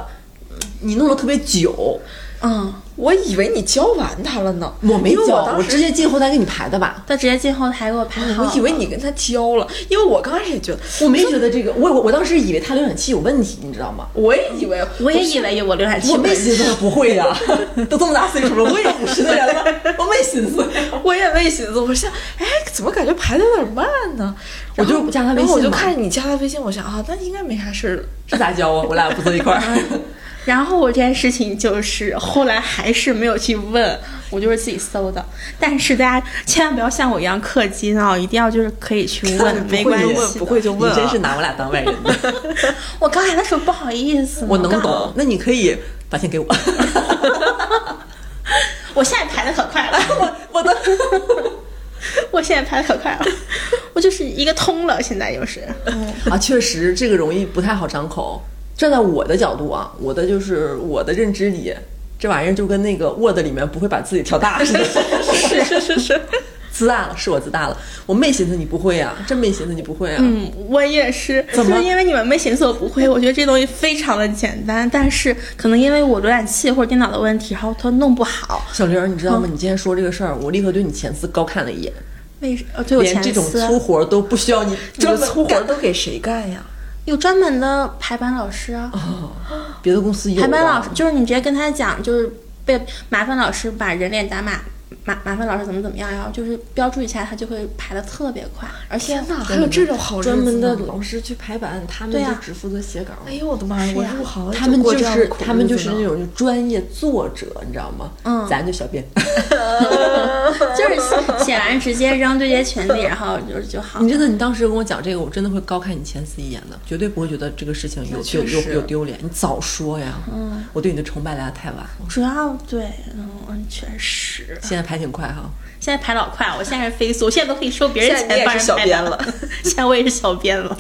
Speaker 1: 你弄了特别久，
Speaker 3: 嗯，
Speaker 2: 我以为你教完他了呢。
Speaker 1: 我没
Speaker 2: 因为
Speaker 1: 交，
Speaker 2: 当
Speaker 1: 我
Speaker 2: 时
Speaker 1: 直接进后台给你排的吧。
Speaker 3: 他直接进后台给我排好了。
Speaker 2: 我以为你跟他教了，因为我刚开始也觉得，
Speaker 1: 我没觉得这个，我我我当时以为他浏览器有问题，你知道吗？
Speaker 2: 我也以为，
Speaker 3: 我也以为有我浏览器
Speaker 1: 我
Speaker 3: 有
Speaker 1: 没
Speaker 3: 问题，
Speaker 1: 寻思他不会呀、 都这么大岁数了，我也五十的人了，我没寻思。
Speaker 2: 我也没寻思，我想，哎，怎么感觉排的有点慢呢？
Speaker 1: 我
Speaker 2: 然后
Speaker 1: 就加他微
Speaker 2: 然后我
Speaker 1: 信
Speaker 2: 就
Speaker 1: 嘛
Speaker 2: 看你加他微信，我想啊，那应该没啥事儿了。
Speaker 1: 这咋教啊？我俩不坐一块儿。
Speaker 3: 然后我这件事情就是后来还是没有去问，我就是自己搜的。但是大家千万不要像我一样氪金啊，一定要就是可以去问，没关
Speaker 1: 哎不会
Speaker 3: 系
Speaker 2: 不。会就问啊
Speaker 1: 你真是拿我俩当外人的。
Speaker 3: 我刚才那时候不好意思呢，
Speaker 1: 我能
Speaker 3: 刚
Speaker 1: 懂，那你可以把钱给我。
Speaker 3: 我现在排的可快了，
Speaker 1: 我的，
Speaker 3: 我现在排的可快了，我就是一个通了，现在就是。
Speaker 1: 啊，确实这个容易不太好张口。站在我的角度啊，我的就是我的认知里，这玩意儿就跟那个 Word 里面不会把字己调大似的，
Speaker 3: 是是是是，
Speaker 1: 自大了，是我自大了，我没寻思你不会啊，真没寻思你不会啊。
Speaker 3: 嗯，我也是，就
Speaker 1: 怎么
Speaker 3: 是因为你们没寻思我不会，我觉得这东西非常的简单，但是可能因为我浏览器或者电脑的问题，然后它弄不好。
Speaker 1: 小玲儿，你知道吗？你今天说这个事儿，我立刻对你前司高看了一眼，
Speaker 3: 为什呃，对我
Speaker 1: 连
Speaker 3: 前
Speaker 1: 这种粗
Speaker 3: 司
Speaker 1: 活儿都不需要你
Speaker 2: 这
Speaker 1: 专门
Speaker 2: 粗活
Speaker 1: 干
Speaker 2: 儿都给谁干呀？
Speaker 3: 有专门的排版老师啊，
Speaker 1: 别的公司哦有啊
Speaker 3: 排版
Speaker 1: 吧
Speaker 3: 老师就是你直接跟他讲，就是被麻烦老师把人脸打码。麻麻烦老师怎么怎么样，然后就是标注一下，他就会排的特别快，而且
Speaker 2: 天哪，还有这种好日子
Speaker 4: 专门的
Speaker 2: 呢
Speaker 4: 老师去排版，他们
Speaker 3: 对
Speaker 4: 就
Speaker 3: 呀
Speaker 4: 只负责写稿。
Speaker 2: 哎呦我的妈呀！
Speaker 3: 是
Speaker 2: 我
Speaker 3: 呀
Speaker 2: 入行了
Speaker 1: 他们
Speaker 2: 过
Speaker 1: 啊就
Speaker 2: 这样
Speaker 1: 是
Speaker 2: 的苦
Speaker 1: 他们就
Speaker 2: 日子
Speaker 1: 是
Speaker 2: 呢
Speaker 1: 那种专业作者，你知道吗？
Speaker 3: 嗯
Speaker 1: 咱就小编。
Speaker 3: 就是 写写完直接扔对接群里，然后就就好。
Speaker 1: 你真的，你当时跟我讲这个，我真的会高看你前司一眼的，绝对不会觉得这个事情有有有有丢脸。你早说呀！嗯，我对你的崇拜来的太晚了。
Speaker 3: 主要对，嗯，确实，
Speaker 1: 现在排挺快哈，
Speaker 3: 现在排老快，我现在是飞速，我现在都可以收别人
Speaker 2: 现在你
Speaker 3: 钱
Speaker 2: 也
Speaker 3: 帮人排
Speaker 2: 是小编
Speaker 3: 版
Speaker 2: 了， 嗯
Speaker 3: 现在我也是小编了。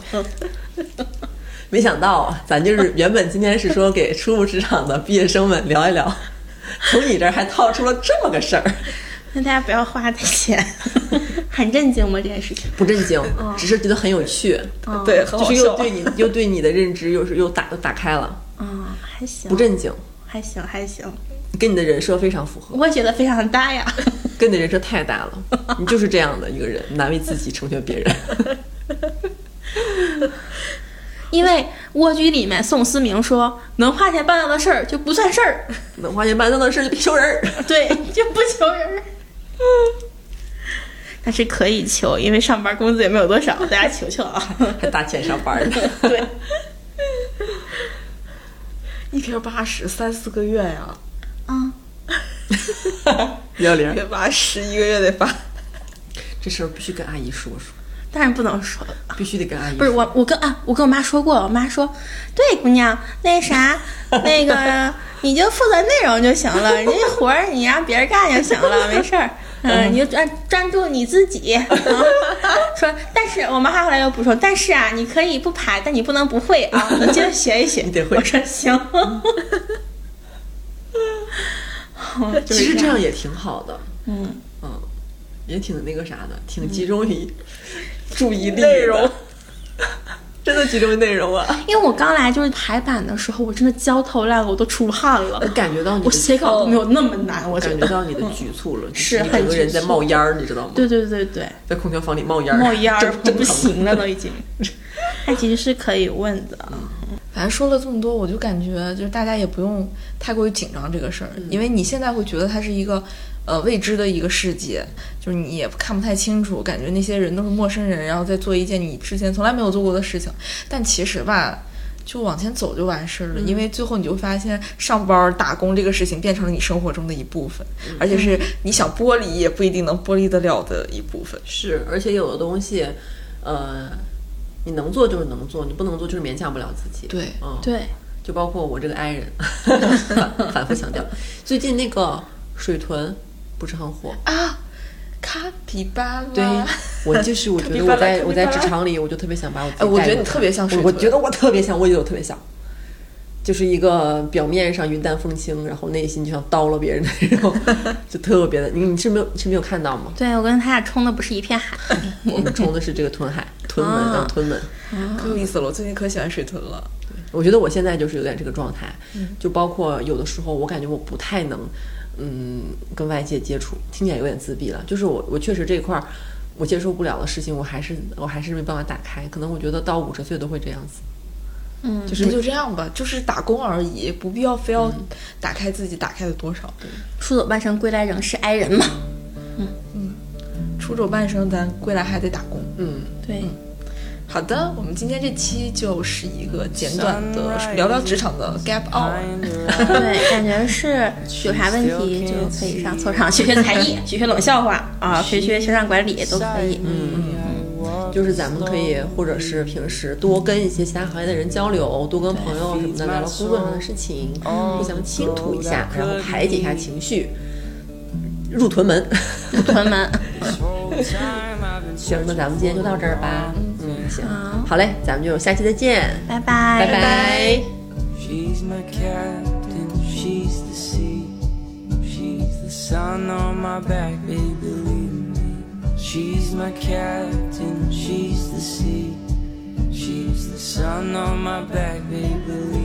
Speaker 1: 没想到啊咱就是原本今天是说给初入职场的毕业生们聊一聊，从你这儿还套出了这么个事儿，
Speaker 3: 那大家不要花太钱， 很震惊吗？这件事情？
Speaker 1: 不正经，
Speaker 3: 嗯
Speaker 1: 只是觉得很有趣，
Speaker 2: 对，很
Speaker 1: 就
Speaker 2: 好
Speaker 1: 是
Speaker 2: 笑
Speaker 1: 又。对你 又对你的认知又是又打又打开了，
Speaker 3: 嗯，还行，
Speaker 1: 不正经，
Speaker 3: 还行，还行，
Speaker 1: 跟你的人设非常符合。
Speaker 3: 我觉得非常搭呀。
Speaker 1: 跟你人设太大了，你就是这样的一个人，难为自己，成全别 人。
Speaker 3: 因为蜗居里面宋思明说，能花钱办到的事儿就不算事 儿，
Speaker 1: 能花钱办到的事就别求人儿。
Speaker 3: 对，就不求人儿。 但是可以求，因为上班工资也没有多少，大家求求 啊。
Speaker 1: 还打钱上班呢。
Speaker 3: 对，
Speaker 2: 一瓶八十，三四个月呀、
Speaker 3: 嗯，
Speaker 1: 幺
Speaker 2: 一
Speaker 1: 零，
Speaker 2: 瓶八啊十，一个月得发。
Speaker 1: 这事儿必须跟阿姨说说，
Speaker 3: 当然不能说，
Speaker 1: 必须得跟阿姨说。
Speaker 3: 不是我，我跟啊，我跟我妈说过，我妈说，对，姑娘，那啥，那个你就负责内容就行了，人家活儿你让别人干就行了，没事儿。嗯，你就专专注你自己。啊说，但是我妈后来又补充，但是啊，你可以不排，但你不能不会 啊，你接着学一学。
Speaker 1: 你得会
Speaker 3: 我说 行。哦就
Speaker 1: 其
Speaker 3: 是
Speaker 1: 实这
Speaker 3: 样
Speaker 1: 样也挺好的。
Speaker 3: 嗯
Speaker 1: 嗯，也挺那个啥的，挺集中于注意力的
Speaker 2: 内容，
Speaker 1: 真的集中于内容 啊。
Speaker 3: 因为我刚来就是排版的时候，我真的焦头烂额，我都出汗了
Speaker 1: 我。呃感觉哦到你
Speaker 3: 我
Speaker 1: 的，
Speaker 3: 写稿都没有那么难，我觉
Speaker 1: 感
Speaker 3: 得
Speaker 1: 觉。到你的局促了，
Speaker 3: 是
Speaker 1: 你整
Speaker 3: 嗯很
Speaker 1: 个
Speaker 3: 局
Speaker 1: 人在
Speaker 3: 促
Speaker 1: 冒烟儿，你知道吗？
Speaker 3: 对对对对，
Speaker 1: 在空调房里冒烟儿，
Speaker 3: 冒烟儿
Speaker 1: 真
Speaker 3: 不
Speaker 1: 真疼。
Speaker 3: 行了，都已 经。他其实是可以问的，
Speaker 2: 反正说了这么多，我就感觉就是大家也不用太过于紧张这个事儿，因为你现在会觉得它是一个呃未知的一个世界，就是你也看不太清楚，感觉那些人都是陌生人，然后在做一件你之前从来没有做过的事情。但其实吧，就往前走就完事儿了，因为最后你就会发现上班儿打工这个事情变成了你生活中的一部分，而且是你想剥离也不一定能剥离得了的一部分。
Speaker 1: 是，而且有的东西，呃，你能做就是能做，你不能做就是勉强不了自己。
Speaker 2: 对
Speaker 1: 嗯，
Speaker 3: 对，
Speaker 1: 就包括我这个 i 人，反复强调。最近那个水豚不是很火，
Speaker 2: 啊，卡皮巴拉。
Speaker 1: 对我就是我觉 得我在我在职场里，我就特别想把我自己
Speaker 2: 哎我觉得
Speaker 1: 带入
Speaker 2: 你特别像水
Speaker 1: 我
Speaker 2: 豚
Speaker 1: 我觉得我特别像，我也有特别像，就是一个表面上云淡风轻，然后内心就像刀了别人的那种， 就特别的。你你是没有你是没有看到吗？
Speaker 3: 对我跟他俩冲的不是一片海。
Speaker 1: 我们冲的是这个吞海吞文
Speaker 3: 啊
Speaker 1: 啊吞文。
Speaker 2: 可有意思了，我最近可喜欢水豚了。
Speaker 1: 我觉得我现在就是有点这个状态，就包括有的时候我感觉我不太能，嗯，跟外界接触，听起来有点自闭了。就是我我确实这一块儿我接受不了的事情，我还是我还是没办法打开。可能我觉得到五十岁都会这样子，
Speaker 3: 嗯，
Speaker 1: 就是嗯
Speaker 2: 那就这样吧，就是打工而已，不必要非要打开自己打开了多少。
Speaker 3: 出走半生归来仍是哀人嘛。
Speaker 2: 出走半生，咱归来还得打工。
Speaker 1: 嗯，
Speaker 3: 对，
Speaker 2: 好的，我们今天这期就是一个简短的聊聊职场的 gap hour。
Speaker 3: 对，感觉是有啥问题就可以上操场学学才艺，学学冷笑话啊，学学情感管理都可以。嗯，
Speaker 1: 就是咱们可以，或者是平时多跟一些其他行业的人交流，多跟朋友什么的聊聊工作上的事情，互相倾吐一下，然后排解一下情绪，入屯门。
Speaker 3: 屯门。
Speaker 1: 行，那咱们今天就到这儿吧。嗯，行，
Speaker 3: 好
Speaker 1: 好嘞，咱们就下期再见，
Speaker 3: 拜拜，
Speaker 1: 拜拜
Speaker 4: She's my captain, she's the sea. She's the sun on my back, baby, believe me. She's my captain, she's the sea. She's the sun on my back, baby, believe me.